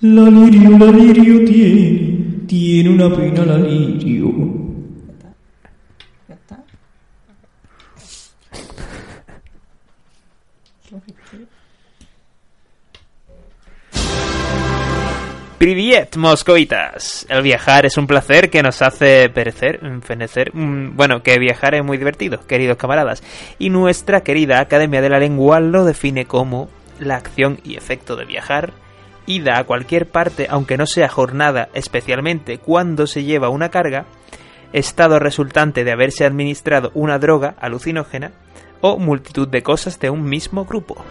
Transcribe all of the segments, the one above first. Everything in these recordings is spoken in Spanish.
La lirio, la lirio tiene, tiene una pena la lirio. Ya está. Es lo que quiero. Priviet, moscovitas. El viajar es un placer que nos hace perecer, mm, fenecer. mm, Bueno, que viajar es muy divertido, queridos camaradas. Y nuestra querida Academia de la Lengua lo define como la acción y efecto de viajar. Ida a cualquier parte, aunque no sea jornada, especialmente cuando se lleva una carga, estado resultante de haberse administrado una droga alucinógena o multitud de cosas de un mismo grupo.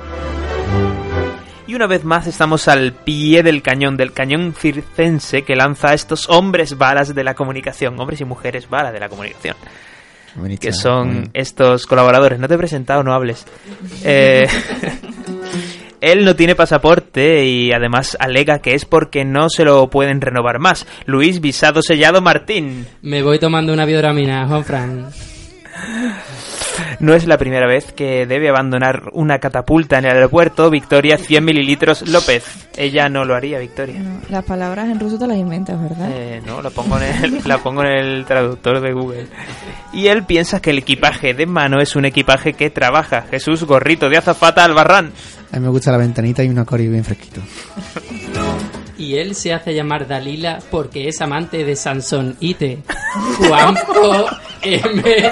Y una vez más estamos al pie del cañón, del cañón circense que lanza a estos hombres balas de la comunicación, hombres y mujeres balas de la comunicación, que son estos colaboradores. No te he presentado, no hables. Eh, Él no tiene pasaporte y además alega que es porque no se lo pueden renovar más. Luis Visado Sellado Martín. Me voy tomando una biodramina, Juanfran. No es la primera vez que debe abandonar una catapulta en el aeropuerto Victoria 100 mililitros López. Ella no lo haría, Victoria. No, las palabras en ruso te las inventas, ¿verdad? Eh, no, la pongo, en el, la pongo en el traductor de Google. Y él piensa que el equipaje de mano es un equipaje que trabaja. Jesús Gorrito de Azafata Albarrán. A mí me gusta la ventanita y una cori bien fresquito. Y él se hace llamar Dalila porque es amante de Sansón Ite. Juanco M.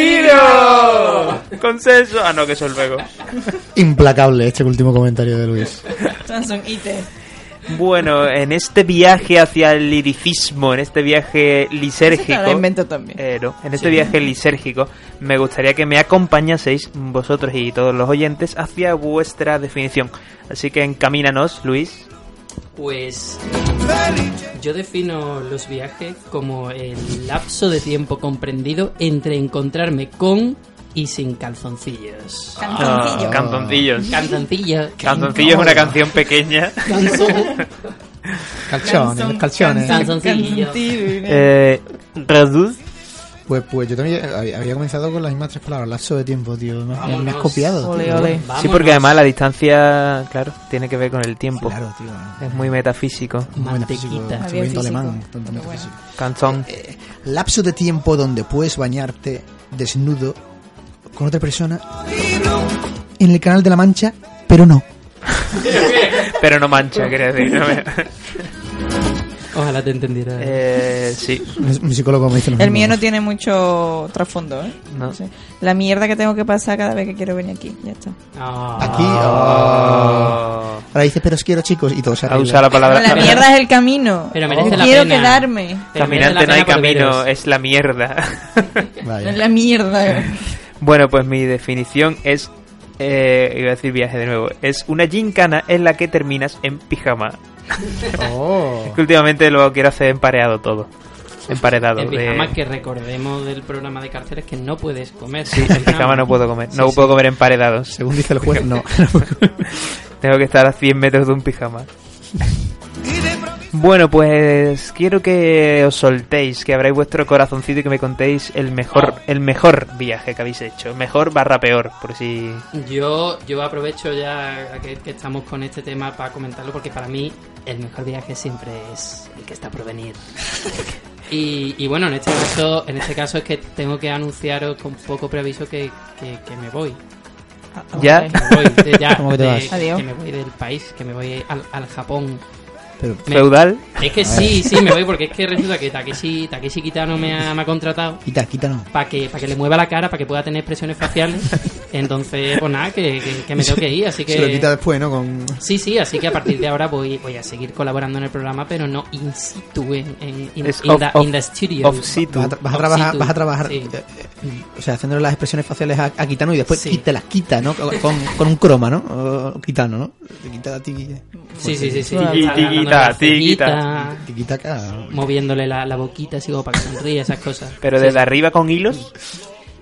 ¡Peligro! Consenso. Ah, no, que eso es luego. Implacable este último comentario de Luis. Samsung IT. Bueno, en este viaje hacia el liricismo, en este viaje lisérgico. La invento también. Eh, no, en este viaje lisérgico, me gustaría que me acompañaseis, vosotros y todos los oyentes, hacia vuestra definición. Así que encamínanos, Luis. Pues yo defino los viajes como el lapso de tiempo comprendido entre encontrarme con y sin calzoncillos. Cantoncillo. Ah, cantoncillos. Calzoncillos. Cantoncillo es una canción pequeña. Calchones, calchones. Calzoncillo. Eh, Raduz. Pues, pues yo también había, había comenzado con las mismas tres palabras, lapso de tiempo, tío. Me, me has Vámonos. copiado. Ole, tío. ole. Sí, porque además la distancia, claro, tiene que ver con el tiempo. Claro, tío. pues, Es muy metafísico. Un buen físico, Mantequita. un buen Había alemán, físico, tanto pero bueno. metafísico. Cantón. Eh, lapso de tiempo donde puedes bañarte desnudo con otra persona en el canal de la Mancha, pero no. Pero no mancha, quiero decir. no me- Ojalá te entendiera. Eh, sí. Mi mi psicólogo me dice lo El mismo. mío no tiene mucho trasfondo, ¿eh? No. Sí. La mierda que tengo que pasar cada vez que quiero venir aquí. Ya está. Ah, Aquí. oh. Ahora dice, pero os quiero, chicos, y todos se Ha arreglan. usado la palabra. la mierda es el camino. Pero merece Yo la quiero pena. quedarme. pero merece la Caminante no hay pena por camino, veros. es la mierda. No Vaya. es la mierda. Bueno, pues mi definición es. eh, iba a decir viaje de nuevo. Es una gincana en la que terminas en pijama. Oh. Que últimamente lo quiero hacer empareado todo. Emparedado. En de- pijama que recordemos del programa de cárceles que no puedes comer. Sí, en pijama no puedo comer. No puedo comer emparedados. Según dice el juez, no. Tengo que estar a 100 metros de un pijama. Bueno, pues quiero que os soltéis, que abráis vuestro corazoncito y que me contéis el mejor, el mejor viaje que habéis hecho. Mejor barra peor, por si... Yo, yo aprovecho ya que, que estamos con este tema para comentarlo porque para mí el mejor viaje siempre es el que está por venir. Y, y bueno, en este caso, en este caso es que tengo que anunciaros con poco preaviso que, que- que me voy. Ya. Me voy de- ya, ¿Cómo que te de- vas? Adiós. que me voy del país, que me voy al, al Japón. Pero, Me- Feudal. es que sí, sí, me voy porque es que resulta que Takeshi, Takeshi Kitano me ha- me ha contratado quita, quita, no. para que, para que le mueva la cara, para que pueda tener expresiones faciales. Entonces, pues nada, que, que- que me tengo que ir, así que... Se lo quita después, ¿no? Con... Sí, sí, así que a partir de ahora voy, voy a seguir colaborando en el programa, pero no in situ, en, en- in, Es in off- the, off- in the studio. Off situ. Vas a, tra- vas a Off trabajar, situ. vas a trabajar Sí. eh, eh, o sea, haciéndole las expresiones faciales a, a Kitano y después Sí. y te las quita, ¿no? Con, con un croma, ¿no? O Kitano, ¿no? Te quita a ti. Sí, sí, sí. sí. tiki, Tiki, Está dándole la ta, tiki, ta. cejita, Te quita acá. Moviéndole la, la boquita, así como para que sonríe, esas cosas. Pero Sí, desde arriba con hilos.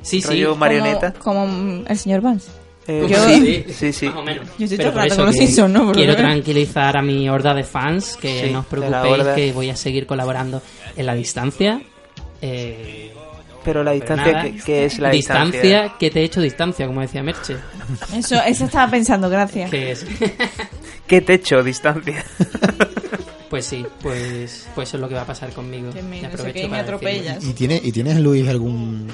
Sí, sí. rollo marioneta. Como, como el señor Vance. Eh, Yo- sí, sí, sí. Más o menos. Yo estoy todo Pero el por rato eso con los que Simpsons, ¿no? Por Quiero lo menos. tranquilizar a mi horda de fans que Sí, no os de la preocupéis, horda. que voy a seguir colaborando en la distancia. Eh, Pero la Pero distancia, nada. que, que es la distancia, distancia? que te he hecho distancia, como decía Merche. Eso, eso estaba pensando, gracias. Que es- ¿Qué techo, distancia? Pues sí, pues, pues eso es lo que va a pasar conmigo. Que me- Y no sé aprovecho qué, me para decirlo. atropellas. ¿Y, tiene, ¿Y tienes, Luis, algún,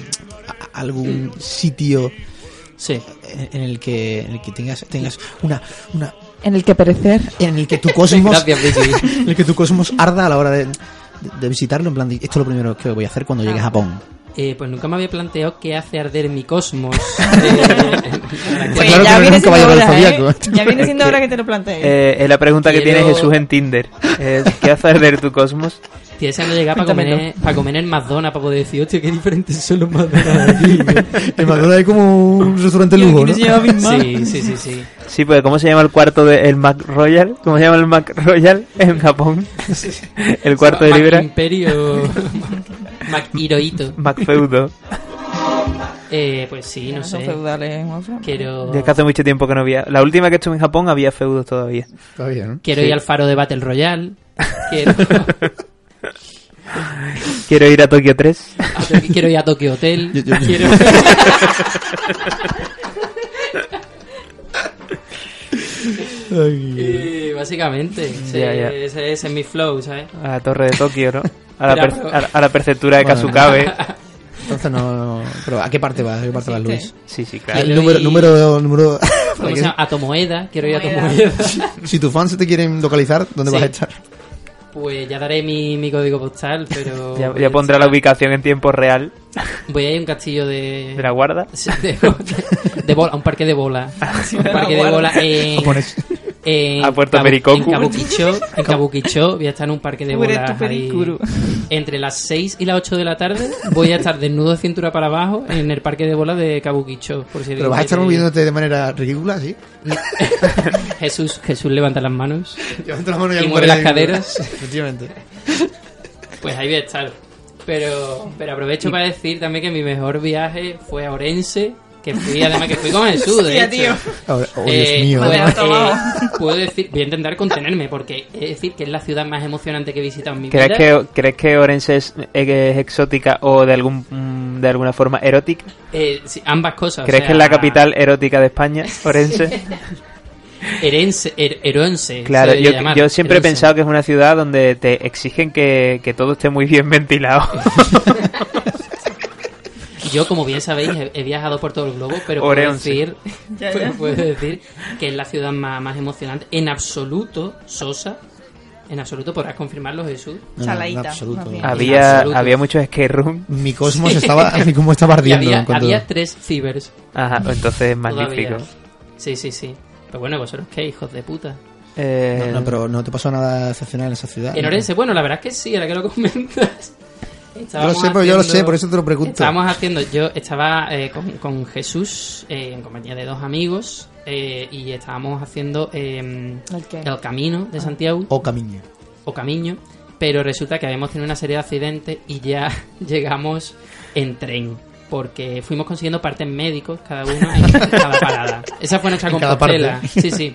a- algún sitio Sí. en, en el que, en el que tengas, tengas una, una... En el que perecer. En el que tu cosmos... Gracias, Richie. en el que tu cosmos arda a la hora de, de- de visitarlo. En plan, de, esto es lo primero que voy a hacer cuando llegue a Japón. Eh, pues nunca me había planteado qué hace arder mi cosmos. Eh, Pues claro que no, nunca va a llegar al ¿eh? zodiaco. Ya viene siendo hora que te lo plantees. Eh, es la pregunta que Quiero- tiene Jesús en Tinder. Eh, ¿Qué hace arder tu cosmos? Estoy deseando llegar para Cuéntamelo. comer, para comer en McDonald's, para poder decir, hostia, qué diferentes son los McDonald's aquí. En McDonald's hay como un restaurante lujo, ¿no? Sí, sí, sí, sí. Sí, pues ¿cómo se llama el cuarto del Mac Royal? ¿Cómo se llama el Mac Royal en Japón? El cuarto de Mac libra. Imperio. Mac Hirohito. Mac Feudo. Eh, pues sí, no Son sé. feudales en Warframe. Quiero, Ya que hace mucho tiempo que no había. La última que estuve en Japón había feudos todavía. Todavía, ¿no? quiero sí. ir al faro de Battle Royale. Quiero, Quiero ir a Tokio 3. a Tokio- quiero ir a Tokyo Hotel. Yo- yo- yo- quiero... Eh, básicamente, sí, Ya, ya. Ese, ese es mi flow, ¿sabes? A la Torre de Tokio, ¿no? A la, Mira, per- pero- a la- a la prefectura de Bueno. Kazukabe. Entonces no... Pero ¿a qué parte vas? ¿A qué parte vas, Luis? Sí, sí, claro. El Quiero Ah, número... ir- número, número ¿Cómo se llama? A Tomoeda, quiero ir a Tomoeda. Tomoeda. si tus fans te quieren localizar, ¿dónde Sí. vas a estar? Pues ya daré mi, mi código postal, pero. Ya, voy ya a pondrá la estar- ubicación en tiempo real Voy a ir a un castillo de. de la guarda. Sí, de, de bola, a un parque de bola. Ah, un de la parque de guarda. bola en. en A Puerto Kabu- Pericoco. En Kabukicho, en Kabukicho voy a estar en un parque de Pure bola. tu pericuru. Entre las 6 y las 8 de la tarde voy a estar desnudo de cintura para abajo en el parque de bola de Kabukicho. Por si ¿Pero vas a estar moviéndote de manera ridícula, sí? Jesús, Jesús levanta las manos. Levanta la mano Y algo mueve las ridículo. caderas. Efectivamente. Pues ahí voy a estar. Pero, pero aprovecho para decir también que mi mejor viaje fue a Orense, que fui además que fui con Jesús, de Hostia, hecho. tío. Ahora- oh, Dios Eh, mío. puedo, Madre. Bueno, eh, tomado. puedo decir, voy a intentar contenerme porque es decir que es la ciudad más emocionante que he visitado en mi vida. ¿Crees que, ¿Crees que Orense es, es exótica o de algún mm, de alguna forma erótica? Eh, sí, ambas cosas. o ¿Crees sea, que es la capital erótica de España, Orense? Herense, Her- Heronce. Claro, Er, se debe yo, llamar, yo siempre he Heronce. pensado que es una ciudad donde te exigen que, que todo esté muy bien ventilado. Yo, como bien sabéis, he, he viajado por todo el globo, pero puedo Orense. decir, Ya, puedo- ya. puedo decir que es la ciudad más, más emocionante. En absoluto, Sosa. En absoluto, podrás confirmarlo, Jesús. No, no, Chalaita, en absoluto. más bien. había, absoluto. había muchos skate room. Ah, Mi cosmos estaba, mi cosmos estaba Y ardiendo. había, en cuanto- había tres cibers. Ajá, pues entonces es todavía. magnífico. Sí, sí, sí. Pero bueno, vosotros qué, hijos de puta. Eh, No, no, pero no te pasó nada excepcional en esa ciudad. En ¿no? Orense, bueno, la verdad es que sí, ahora que lo comentas. Yo lo Estábamos sé, pero yo lo sé, haciendo- por eso te lo pregunto. Estábamos haciendo, yo estaba eh, con, con Jesús eh, en compañía de dos amigos eh, y estábamos haciendo eh, ¿El qué? el camino de Santiago O camino. o camino, pero resulta que habíamos tenido una serie de accidentes y ya llegamos en tren. Porque fuimos consiguiendo partes médicos cada uno en cada parada. Esa fue nuestra En cada compostela. parte. Sí, sí.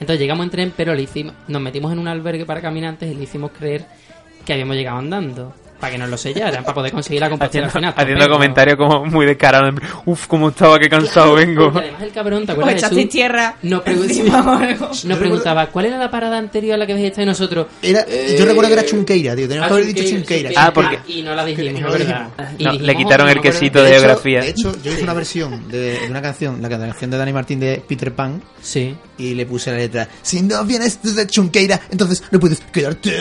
Entonces llegamos en tren, pero le hicimos, nos metimos en un albergue para caminantes y le hicimos creer que habíamos llegado andando. Para que nos lo sellaran, para poder conseguir la compostela haciendo al final. haciendo Pero- comentarios como muy descarados. en plan, Uf, cómo estaba, qué cansado vengo. Porque además el cabrón, Os ¿te acuerdas de echasteis Jesús? Pues tierra. No, pero- encima o algo. Nos preguntaba, ¿cuál era la parada anterior a la que habéis estado y nosotros? Era, eh, yo recuerdo que era Chunqueira, tío. Teníamos que haber dicho Chunqueira. Chunqueira. Ah, porque- Y no la dijimos, no la es verdad. dijimos. Y No, dijimos, le quitaron "Oh, el no me acuerdo". quesito de hecho- geografía. De hecho, yo hice una versión de, de una canción, la canción de Dani Martín de Peter Pan, Sí. y le puse la letra: Si no vienes desde Chunqueira, entonces no puedes quedarte.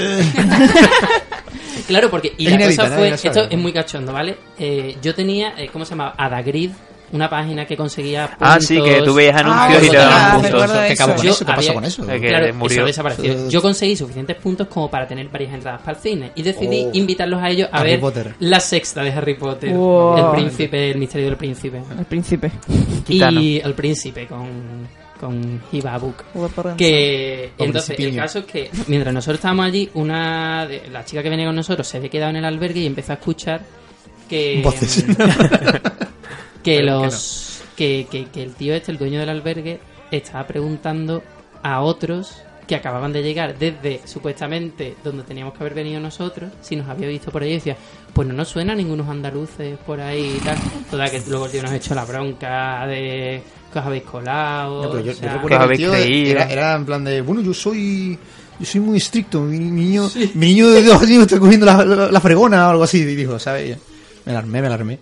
Claro, porque. Y Es la inédita, cosa ¿no? fue. Ya sabes. Esto es muy cachondo, ¿vale? Eh, yo tenía, eh, ¿cómo se llama? Adagrid, una página que conseguía. Ah, sí, que tú puntos. veías anuncios Ah, y te daban verdad, puntos. recuerdo ¿Qué eso. acabó con Yo eso? ¿Qué pasó había- con eso? Eh, que Claro, murió. eso desapareció. Yo conseguí suficientes puntos como para tener varias entradas para el cine y decidí Oh. invitarlos a ellos a Harry ver Potter. la sexta de Harry Potter, Wow. el príncipe, el misterio del príncipe El príncipe. Gitano. y el príncipe con con Hibabuk. Uy, perdón. Que O entonces el principiño. caso es que mientras nosotros estábamos allí, una de la chica que venía con nosotros se había quedado en el albergue y empezó a escuchar que Voces. que los que, que, que el tío este, el dueño del albergue, estaba preguntando a otros que acababan de llegar desde supuestamente donde teníamos que haber venido nosotros, si nos había visto por ahí, decía, pues no nos suena a ningunos andaluces por ahí y tal. Toda que luego el tío nos echó la bronca de que os habéis colado. No, pero pues yo, o yo sea, recuerdo ¿Qué que el habéis tío creído? era, era en plan de, bueno, yo soy yo soy muy estricto, mi, mi niño mi niño de dos años está cogiendo la, la, la fregona o algo así, y dijo, ¿sabes? Y yo, Me la armé, me la armé.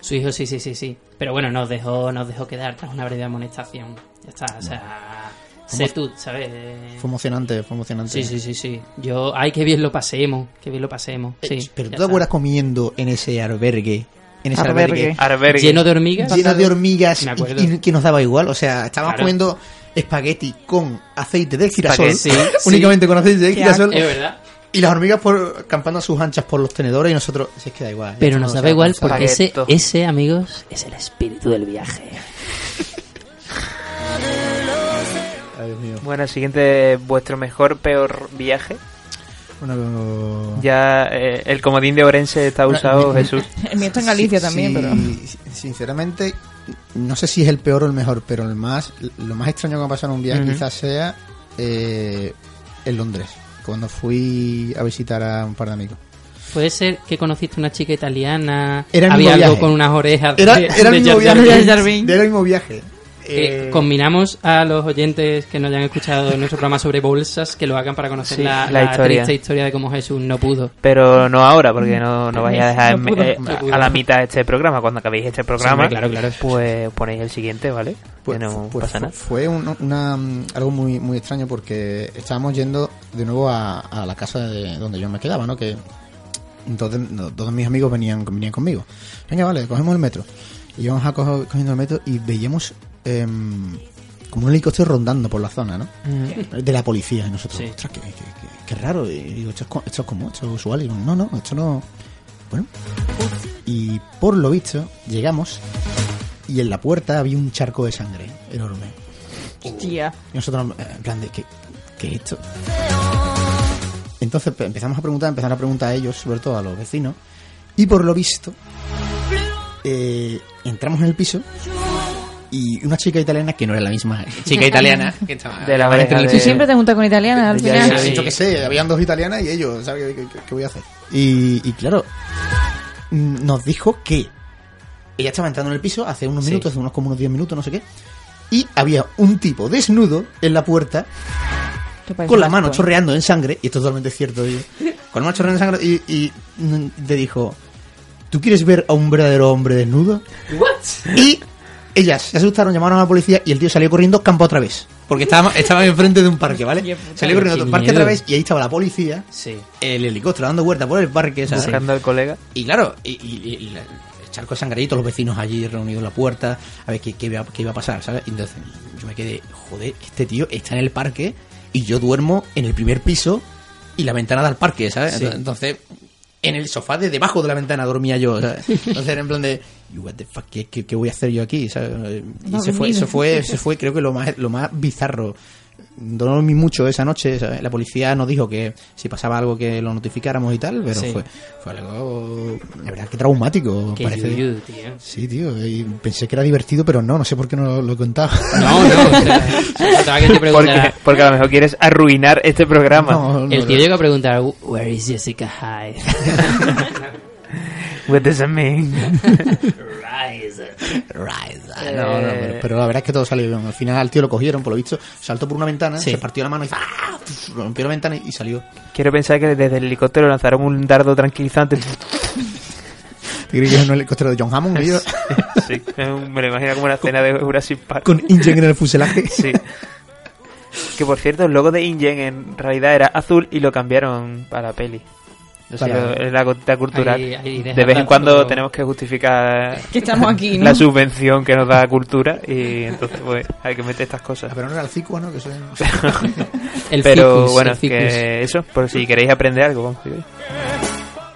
Su hijo sí, sí, sí, sí. Pero bueno, nos dejó, nos dejó quedar tras una breve amonestación. Ya está, o sea, sé tú, ¿sabes? Eh, Fue emocionante, fue emocionante. Sí, sí, sí, sí. Yo, ay, qué bien lo pasemos, qué bien lo pasemos. Sí, Eh, pero ¿tú ya te está. acuerdas comiendo en ese albergue? En ese albergue. Albergue. Arbergue. Lleno de hormigas. lleno de hormigas Me y- acuerdo. y, que nos daba igual. O sea, estábamos Claro. comiendo espagueti con aceite de girasol. Espagueti, sí. únicamente con aceite de Qué girasol. Es verdad. Y las hormigas por, campando a sus anchas por los tenedores y nosotros... Si es que da igual. Pero esto nos no daba se igual va a porque alcanzar. ese, Pagueto. ese, amigos, es el espíritu del viaje. Ay, Dios mío. Bueno, el siguiente, vuestro mejor, peor viaje. Bueno, Ya eh, el comodín de Orense está usado, Jesús. El mío está en Galicia Sí, también, sí, pero. Sinceramente, no sé si es el peor o el mejor, pero el más, lo más extraño que me ha pasado en un viaje Ujú. quizás sea eh, en Londres, cuando fui a visitar a un par de amigos. Puede ser que conociste una chica italiana. Era el había mismo algo viaje. con unas orejas. Era, de- era de el mismo Jar viaje. Jar Binks. Jar Jar Binks. Era el mismo viaje. Eh, Eh, combinamos a los oyentes que nos hayan escuchado en nuestro programa sobre bolsas que lo hagan para conocer Sí, la, la la historia. triste historia de cómo Jesús no pudo. Pero no ahora, porque no, no vais a dejar No pudo, eh, no a- pudo. a la mitad este programa. Cuando acabéis este programa, hombre, claro, claro. pues ponéis el siguiente, ¿vale? que no pues pasa fu- nada. Fue un- una, mm, algo muy, muy extraño porque estábamos yendo de nuevo a, a la casa de donde yo me quedaba, ¿no? Que entonces no, todos mis amigos venían, venían conmigo. Venga, vale, cogemos el metro. Y íbamos a coger- cogiendo el metro y veíamos em, como un helicóptero rondando por la zona, ¿no? Mm. De la policía. Y nosotros, Sí. ostras, qué, qué- qué- qué raro. Y digo, esto es, co- esto es común, esto es usual. Y digo, no, no, esto no. Bueno. Y por lo visto, llegamos y en la puerta había un charco de sangre enorme. Hostia. Y nosotros, eh, en plan de, ¿qué, qué es esto? Entonces pe- empezamos a preguntar, empezaron a preguntar a ellos, sobre todo a los vecinos. Y por lo visto, eh, entramos en el piso y una chica italiana, que no era la misma chica italiana, pues, ah, que estaba De la estaba oreja en el de- Tú siempre te juntas con italianas al Ya, final. ya, sí. yo qué sé, habían dos italianas y ellos, ¿sabes qué, qué- qué voy a hacer? Y, y claro, mm, nos dijo que ella estaba entrando en el piso hace unos Sí. minutos, hace unos como unos 10 minutos, no sé qué, y había un tipo desnudo en la puerta Que parece con la más mano joven. chorreando en sangre, y esto es totalmente cierto, tío, con la mano chorreando en sangre, y, y, mm, le dijo, ¿tú quieres ver a un verdadero hombre desnudo? Y ellas se asustaron, llamaron a la policía y el tío salió corriendo campo otra vez. Porque estábamos, estábamos enfrente de un parque, ¿vale? Salió Pero corriendo qué del parque otra miedo. vez y ahí estaba la policía, Sí. el helicóptero dando vueltas por el parque, ¿sabes? Buscando al colega. Y claro, y, y- y la- el charco de sangre ahí, todos los vecinos allí reunidos en la puerta, a ver qué, qué iba, qué iba a pasar, ¿sabes? Y entonces yo me quedé, joder, este tío está en el parque y yo duermo en el primer piso y la ventana del parque, ¿sabes? Sí. Entonces, en el sofá de debajo de la ventana dormía yo, ¿sabes? Entonces era en plan de, "You, what the fuck, ¿qué, qué, qué voy a hacer yo aquí? ¿sabes? Y se fue, Dormido. se fue, se fue, creo que lo más, lo más bizarro. Dormí mucho esa noche, ¿sabes? La policía nos dijo que si pasaba algo que lo notificáramos y tal, pero Sí. fue, fue algo, la verdad, que traumático. Qué parece. yuyu, tío. Sí, tío, y pensé que era divertido, pero no, no sé por qué no lo, lo he contado. No, no. o sea, faltaba que te preguntara. Porque, porque a lo mejor quieres arruinar este programa. No, no, El tío no. llegó a preguntar, ¿Where is Jessica Hyde? What does that mean? Rise. Rise. ah, No, no, pero, pero la verdad es que todo salió bien. Al final al tío lo cogieron, por lo visto, saltó por una ventana, Sí. se partió la mano y ¡ah! Pf, rompió la ventana y salió. Quiero pensar que desde el helicóptero lanzaron un dardo tranquilizante. ¿Te crees que es un helicóptero de John Hammond? tío? sí, me lo imagino como una escena de Jurassic Park. Con Ingen en el fuselaje. Sí. Que por cierto, el logo de InGen en realidad era azul y lo cambiaron para la peli. O sea, Para- es la gota cultural. Ahí- ahí deja de vez en tanto- cuando tenemos que justificar Que estamos aquí, ¿no? la subvención que nos da cultura y entonces pues hay que meter estas cosas. Pero no era el Cicua, ¿no? Que soy... El Pero ficus, bueno, el ficus. que eso, por si queréis aprender algo, vamos a ver.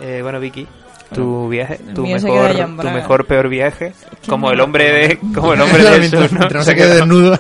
Eh, bueno, Vicky, tu viaje, El tu mío se queda mejor, ya en tu Braga. mejor peor viaje, que como no el me hombre de, como el hombre de Mientras- sur, ¿no? mientras no Se se quede quedó- desnudo.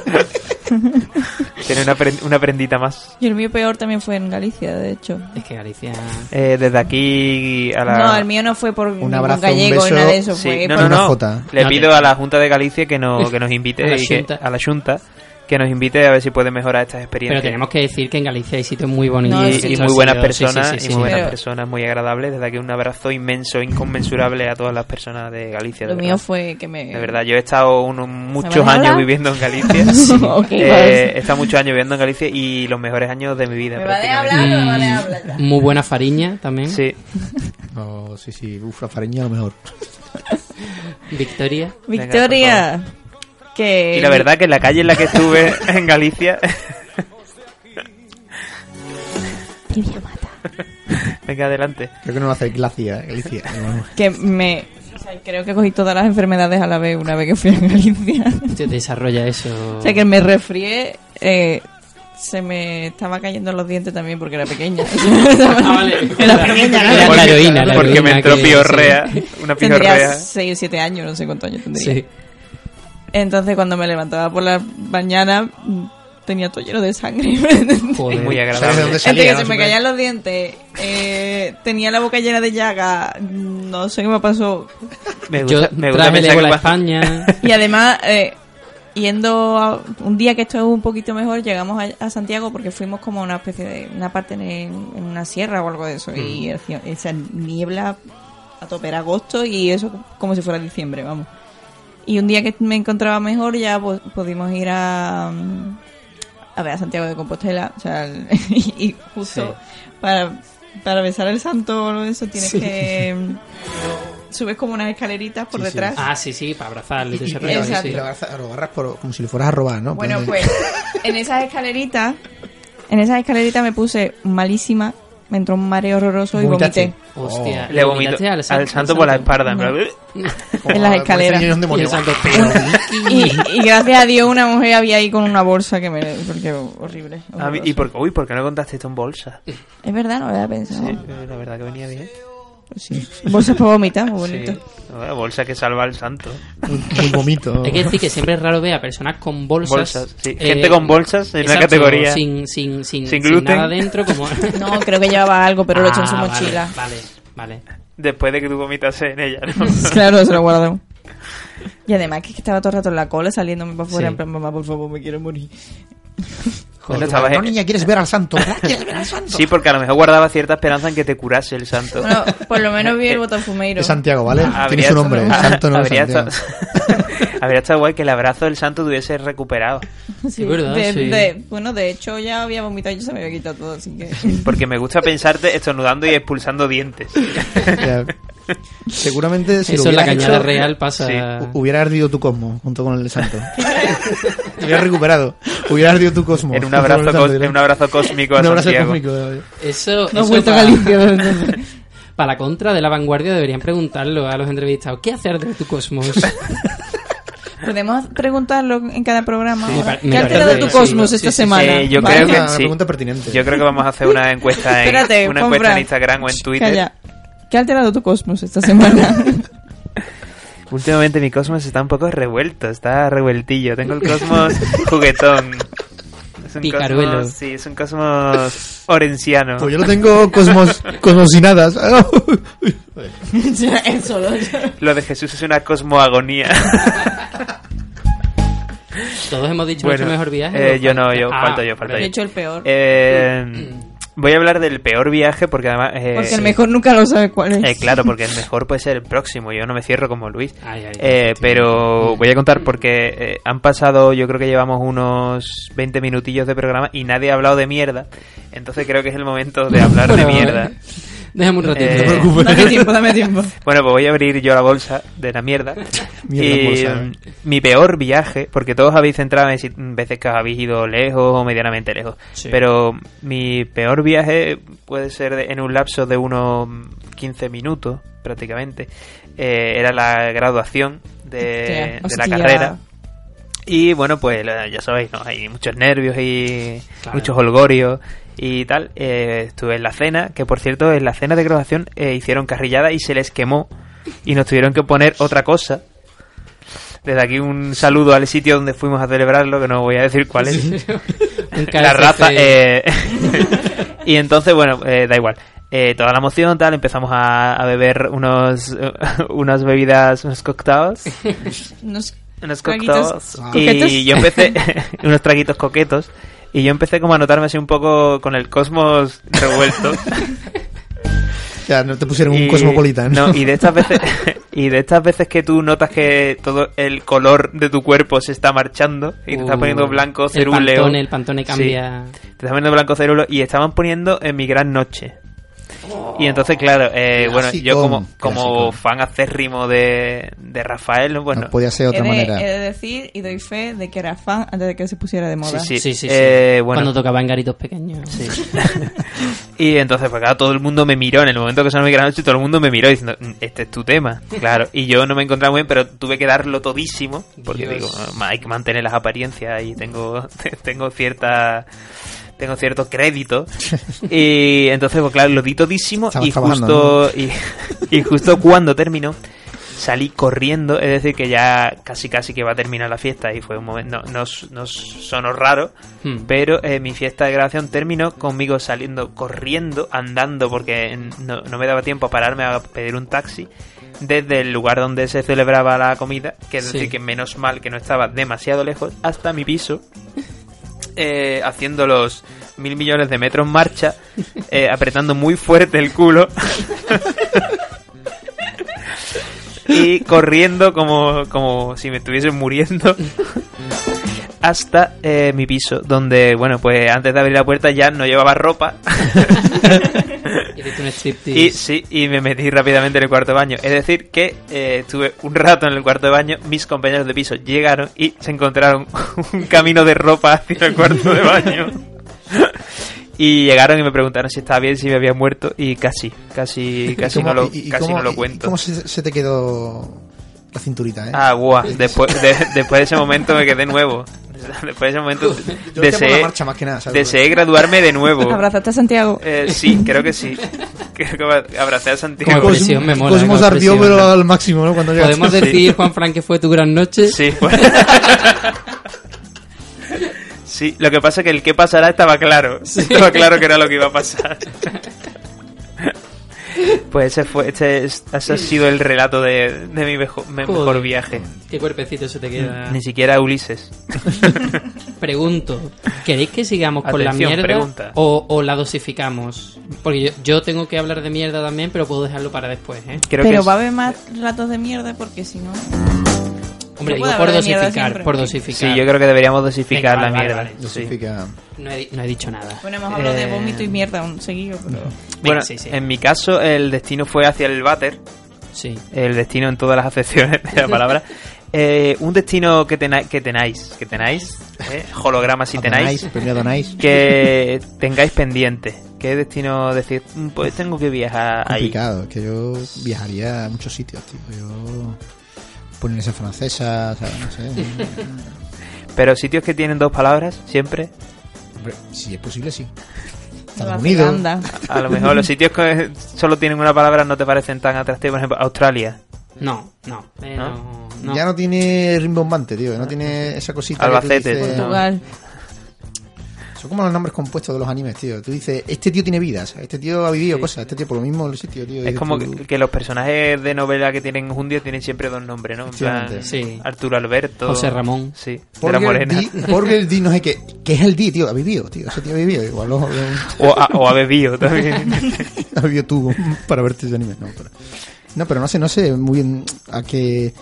Tiene una, pren- una prendita más. Y el mío peor también fue en Galicia, de hecho. Es que Galicia... Eh, desde aquí a la... No, el mío no fue por ningún abrazo, un gallego ni beso. nada de eso. Sí, fue no, por- no, una no. jota. Le No, pido que- a la Junta de Galicia que, no, que nos invite A la y que- Xunta. a la Junta que nos invite a ver si puede mejorar estas Pero experiencias. tenemos que decir que en Galicia hay sitios muy bonitos. No, y, sí, y sí, muy sí, buenas Sí, sí, personas, sí, sí, y muy sí. buenas Pero- personas, muy agradables. Desde aquí un abrazo inmenso, inconmensurable a todas las personas de Galicia. De Lo verdad. mío fue que me... De verdad, yo he estado unos muchos vas a años hablar? viviendo en Galicia. Ok, Eh, vale. he estado muchos años viviendo en Galicia y los mejores años de mi vida. ¿Me va de prácticamente. hablar? Claro, Mm, vale, habla ya. muy buena fariña también. Sí, Oh, sí, sí, uf, la fariña a lo mejor. Victoria. Victoria, que... y la verdad que en la calle en la que estuve en Galicia Tibia mata. Venga, adelante. Creo que no lo hace Glacia, eh, Galicia. No. Que me... o sea, creo que cogí todas las enfermedades a la vez una vez que fui a Galicia. Te desarrolla eso. o sea, que me resfrié... eh, se me estaba cayendo los dientes también porque era pequeña. Ah, vale. Era pequeña, ¿no? Era Porque- la heroína, la Porque me heroína entró que- piorrea, una Tendría ¿eh? piorrea. 6 o 7 años, no sé cuántos años tendría. Sí. Entonces cuando me levantaba por la mañana mm, tenía todo lleno de sangre. Y Joder. muy ¿Sabes agradable. de dónde Entre Pues, salía? que se no? me caían los dientes, eh, tenía la boca llena de llaga, no sé qué me pasó. Me Yo gusta, me gusta traje pensar de que la va- España. Y además, eh, yendo a- un día que estuvo un poquito mejor, llegamos a, a Santiago porque fuimos como a una especie de una parte en, en una sierra o algo de eso. Y Mm. hacía- esa niebla a tope era agosto y eso como si fuera diciembre, vamos. Y un día que me encontraba mejor ya pues, pudimos ir a, mm, a ver a Santiago de Compostela. O sea, el- y justo para, para besar al santo o algo de eso tienes Sí. que... mm, Subes como unas escaleritas por Sí, sí. detrás. Ah, sí, sí, para abrazarle. te Pero- desarrolla, Exacto. y sí. lo agarras- lo agarras por- como si lo fueras a robar, ¿no? Bueno, Entonces- pues en esas escaleritas, en esas escaleritas me puse malísima, me entró un mareo horroroso y Vomitaste. vomité. Oh. Hostia. Le vomito miraste al santo, por la espalda. en plan, Como en las parece escaleras. niño de un Y demonio. el santo, Y, y gracias a Dios una mujer había ahí con una bolsa que me... Porque horrible. Ah, a mí- y horroroso. por, uy, ¿por qué no contaste esto en bolsa? Sí, Es verdad, no lo había pensado. eh, la verdad que venía bien. Pues sí. Bolsas para vomitar, muy Sí. bonito. Ah, Bolsa que salva al santo. Un, un vomito. Hay que decir que siempre es raro ver a personas con bolsas. eh, Bolsas, sí. Gente con bolsas en una exacto, categoría. Sin, sin, sin, Sin sin gluten. nada dentro, como. No, creo que llevaba algo, pero lo echó en su Ah, vale, mochila. Vale, vale. Después de que tú vomitaste en ella, ¿no? Claro, se lo guardó. Y además que estaba todo el rato en la cola saliéndome para afuera Sí. en plan, mamá, por favor, me quiero morir. Bueno, Joder. estabas No, en- niña, quieres ver al santo. ¿verdad? ¿Quieres ver al santo? Sí, porque a lo mejor guardaba cierta esperanza en que te curase el santo. Bueno, por lo menos vi el botafumeiro. Es Santiago, ¿vale? Tiene Habría su nombre. estado- santo no es habría, Santiago. estado, habría estado guay que el abrazo del santo tuviese recuperado. Es verdad, de, sí. de- bueno, de hecho ya había vomitado y ya se me había quitado todo, así que... Porque me gusta pensarte estornudando y expulsando dientes. Ya. Seguramente si lo Eso en la hubieras cañada hecho, real pasa. hu- Hubiera ardido tu cosmo junto con el santo. Te hubieras recuperado. Hubiera ardido tu cosmo. En un junto con el abrazo, santo, cos- en un abrazo cósmico a Un abrazo Santiago. cósmico. eh. Eso. No he eso vuelto a para- Galicia desde entonces. Para la contra de la vanguardia deberían preguntarlo a los entrevistados. ¿Qué hacer de tu cosmos? Podemos preguntarlo en cada programa. Sí, ahora. me ¿Qué has parece tirado de tu bien, sí, cosmos sí, esta sí, sí. semana? Eh, yo Vale. creo que Una sí. pregunta pertinente. Yo creo que vamos a hacer una encuesta en, Espérate, una pon encuesta Fran. en Instagram o en Shh, Twitter. calla. ¿Qué ha alterado tu cosmos esta semana? Últimamente mi cosmos está un poco revuelto, está revueltillo. Tengo el cosmos juguetón. Es un Picaruelo. cosmos, sí, es un cosmos orenciano. Pues yo lo tengo cosmos, cosmosinadas. Ya, él solo. Lo de Jesús es una cosmoagonía. Todos hemos dicho Bueno, nuestro mejor viaje. eh, yo no, yo- Ah, falta yo, falta Yo yo. he hecho el peor. Eh, voy a hablar del peor viaje porque además... eh, porque el mejor nunca lo sabe cuál es. eh, claro, porque el mejor puede ser el próximo. Yo no me cierro como Luis. Ay, ay, Eh, sí. pero voy a contar porque eh, han pasado, yo creo que llevamos unos 20 minutillos de programa y nadie ha hablado de mierda. Entonces creo que es el momento de hablar de Bueno, mierda. eh, Déjame un ratito. Eh, No te preocupes. Dame tiempo, dame tiempo. Bueno, pues voy a abrir yo la bolsa de la mierda. Mierda y bolsa, mm, ¿eh? mi peor viaje, porque todos habéis entrado en si- veces que os habéis ido lejos o medianamente lejos. Sí. Pero mi peor viaje puede ser de- en un lapso de unos 15 minutos, prácticamente. Eh, era la graduación de, Hostia, Eh, de la hostia. carrera. Y bueno, pues la- ya sabéis, ¿no? Hay muchos nervios y Claro. muchos holgorios y tal. Eh, estuve en la cena, que por cierto, en la cena de graduación eh, hicieron carrillada y se les quemó. Y nos tuvieron que poner otra cosa. Desde aquí un saludo al sitio donde fuimos a celebrarlo, que no voy a decir cuál es Un este la KFC. raza. eh, y entonces, bueno, eh, da igual. Eh, toda la emoción, tal, empezamos a, a beber unos unas bebidas, unos cocktails. Nos unos Traguitos cocktails. Ah. coquetos. Y yo empecé, unos traguitos coquetos. Y yo empecé como a notarme así un poco con el cosmos revuelto. O sea, no te pusieron un Y- cosmopolitano. No, y de estas veces y de estas veces que tú notas que todo el color de tu cuerpo se está marchando y te está Uh, poniendo blanco El cerúleo. pantone, el pantone cambia. Sí, te está poniendo blanco cerúleo y estaban poniendo en mi gran noche. Y entonces, claro, eh, bueno, yo como, Oh. Clasicón, como clasicón. fan acérrimo de, de Rafael, bueno, no podía ser de otra he, de, manera. he de decir y doy fe de que era fan antes de que se pusiera de moda. Sí. Sí, sí, sí. Eh, bueno. Cuando tocaba en garitos pequeños. Y entonces, pues claro, todo el mundo me miró. En el momento que sonó mi gran noche, todo el mundo me miró diciendo, "Mm, este es tu tema. Claro, y yo no me encontraba muy bien, pero tuve que darlo todísimo. Porque Dios. digo, "Ah, hay que mantener las apariencias y tengo, tengo cierta... Tengo cierto crédito. Y entonces, pues claro, lo di todísimo. Estabas Y trabajando, justo, y, y justo cuando terminó, salí corriendo. Es decir, que ya casi casi que va a terminar la fiesta. Y fue un momento, no, no, no sonó raro. Hmm. Pero eh, mi fiesta de grabación terminó conmigo saliendo corriendo, andando, porque no, no me daba tiempo a pararme a pedir un taxi desde el lugar donde se celebraba la comida, que es Sí. decir, que menos mal que no estaba demasiado lejos, hasta mi piso, eh, haciendo los mil millones de metros en marcha, eh, apretando muy fuerte el culo. Y corriendo como, como si me estuviesen muriendo hasta eh, mi piso, donde, bueno, pues antes de abrir la puerta ya no llevaba ropa Hiciste un striptease. y sí, y me metí rápidamente en el cuarto de baño. Es decir, que eh, estuve un rato en el cuarto de baño, mis compañeros de piso llegaron y se encontraron un camino de ropa hacia el cuarto de baño. Y llegaron y me preguntaron si estaba bien, si me había muerto y casi, casi, casi cómo- no lo, y- y casi cómo- no lo y- y cuento. ¿Cómo se, se te quedó la cinturita, eh? Ah, guau. Después de, después de ese momento me quedé nuevo. Después de ese momento Yo lo hacía por la deseé, marcha más que nada, ¿sabes? deseé graduarme de nuevo. Abrazaste a Santiago. Eh, sí, creo que sí. Creo que ab- abracé a Santiago. Como presión, me mola. Cosmos como ardió, presión. pero al máximo, ¿no? Cuando llegaste. ¿Podemos Sí. decir, Juan Frank, que fue tu gran noche? Sí, bueno. Sí, lo que pasa es que el qué pasará estaba claro. Estaba claro que era lo que iba a pasar. Pues ese fue, este, es- ese ha sido el relato de, de mi mejo- me- mejor, Joder. viaje. Qué cuerpecito se te queda. Ni siquiera Ulises. Pregunto, ¿queréis que sigamos con la Atención, mierda pregunta. O, o la dosificamos? Porque yo, yo tengo que hablar de mierda también, pero puedo dejarlo para después, ¿eh? Creo que Pero es- va a haber más relatos de mierda porque si no... Hombre, Se puede digo por hablar de mierda dosificar, siempre. por dosificar. Sí, yo creo que deberíamos dosificar Venga, la vale, mierda. vale, Sí. Justifica. no, he, no he dicho nada. Bueno, hemos hablado de Eh, vómito y mierda un seguido, pero... Bueno, sí, sí. en mi caso el destino fue hacia el váter. Sí. el destino en todas las acepciones de la palabra. Eh, un destino que, tena- que tenáis, que tenáis, eh, holograma si tenáis, Adonáis, Premio Adonáis. que tengáis pendiente. ¿Qué destino decir? "Mm, Pues tengo que viajar ahí. Complicado, es que yo viajaría a muchos sitios, tío. Yo. Polinesia francesa, ¿sabes? No sé. Pero sitios que tienen dos palabras, siempre. Hombre, si es posible, sí. Nueva Estados Unidos. Zelanda. A lo mejor los sitios que solo tienen una palabra no te parecen tan atractivos. Por ejemplo, Australia, No, no. eh, no, no. Ya no tiene rimbombante, tío. No tiene esa cosita. Albacete, Que tú dices- no. Portugal. Son como los nombres compuestos de los animes, tío. Tú dices, este tío tiene vidas, este tío ha vivido cosas, este tío por lo mismo el sitio, tío. Es Dices como tú, que, que los personajes de novela que tienen un día tienen siempre dos nombres, ¿no? En plan, Efectivamente. Sí. Arturo Alberto. José Ramón. Sí, de la Porger Morena. D, Porger D, no sé qué. ¿Qué es el D, tío? Ha vivido, tío. Ese tío ha vivido. Igual lo ha O, a, o a Bebío también. vivido tú para verte ese anime. No, pero no, pero no sé, no sé muy bien a qué.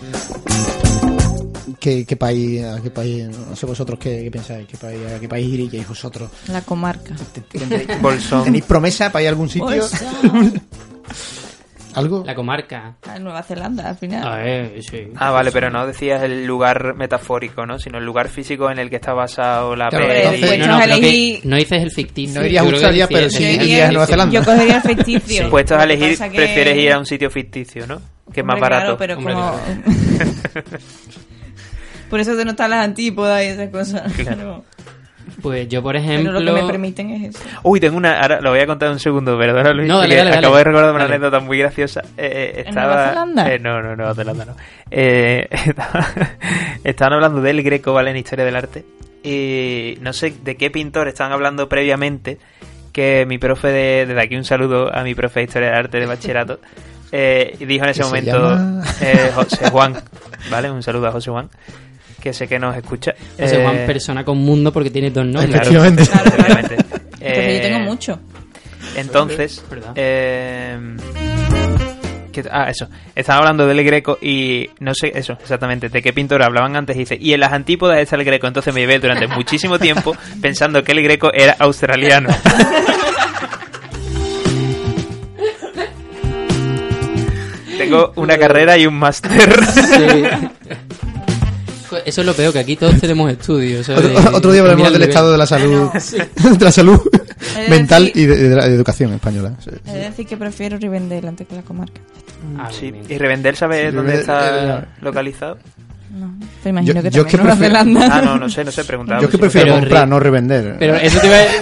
¿Qué, qué país, a qué país, no sé vosotros qué, qué pensáis, qué país, a qué país iríais vosotros. La comarca. Pues, Bolsón. ¿Tenéis promesa para ir a algún sitio? ¿Algo? La comarca. A ah, Nueva Zelanda, al A final. ver, sí. Ah, vale, pero no decías el lugar metafórico, ¿no? Sino el lugar físico en el que está basado la Claro, peli. entonces- no, Puestos no, a creo que elegir- no dices el ficticio. No irías a yo creo que Australia, pero decías sí el irías a ficticio. Nueva Zelanda. Yo cogería el ficticio. Sí. Puestos a Lo que elegir, pasa que- prefieres ir a un sitio ficticio, ¿no? Que es más Hombre, barato. Claro, pero Hombre, como... Por eso se notan las antípodas y esas cosas. Pero, Pues yo, por pero ejemplo... lo que me permiten es eso. Uy, tengo una... Ahora lo voy a contar en un segundo, perdona Luis. No, dale, porque dale, dale. acabo de recordar una Dale. anécdota muy graciosa. Eh, eh, ¿En estaba... Nueva Zelanda? Eh, no, no, Nueva Zelanda no. Eh, estaba- Estaban hablando del Greco, ¿vale? En Historia del Arte. Y no sé de qué pintor estaban hablando previamente que mi profe de... Desde aquí un saludo a mi profe de Historia del Arte de bachillerato. Eh, dijo en ese Que se momento llama- eh, José Juan, ¿vale? Un saludo a José Juan. que sé que nos escucha. O sea, Eh, Juan, persona con mundo porque tiene dos nombres. claro, Efectivamente. efectivamente. Porque yo tengo Eh, mucho. Entonces, ¿Verdad? eh, ¿qué- ah, eso. Estaba hablando del Greco y no sé eso exactamente de qué pintor hablaban antes. Y dice, y en las antípodas está el Greco. Entonces me llevé durante muchísimo tiempo pensando que el Greco era australiano. Tengo una carrera y un máster. Pues Eso es lo peor, que aquí todos tenemos estudios. ¿sabes? Otro, otro día hablaremos Mira del el estado de la salud, de la salud Ah, Eh, mental sí. y de, de la educación española. Sí. Es decir, que prefiero Rivendell antes que la comarca. nivel. Ah, Sí, bien, y bien. Revender sabe Sí, dónde Revendell, está eh, localizado. No, te imagino Yo- que yo también es que Nueva prefiero- Zelanda. Ah, no, no sé, no sé, preguntaba. Yo es que por si- prefiero Pero comprar, ri- no revender. Pero eso te iba a decir.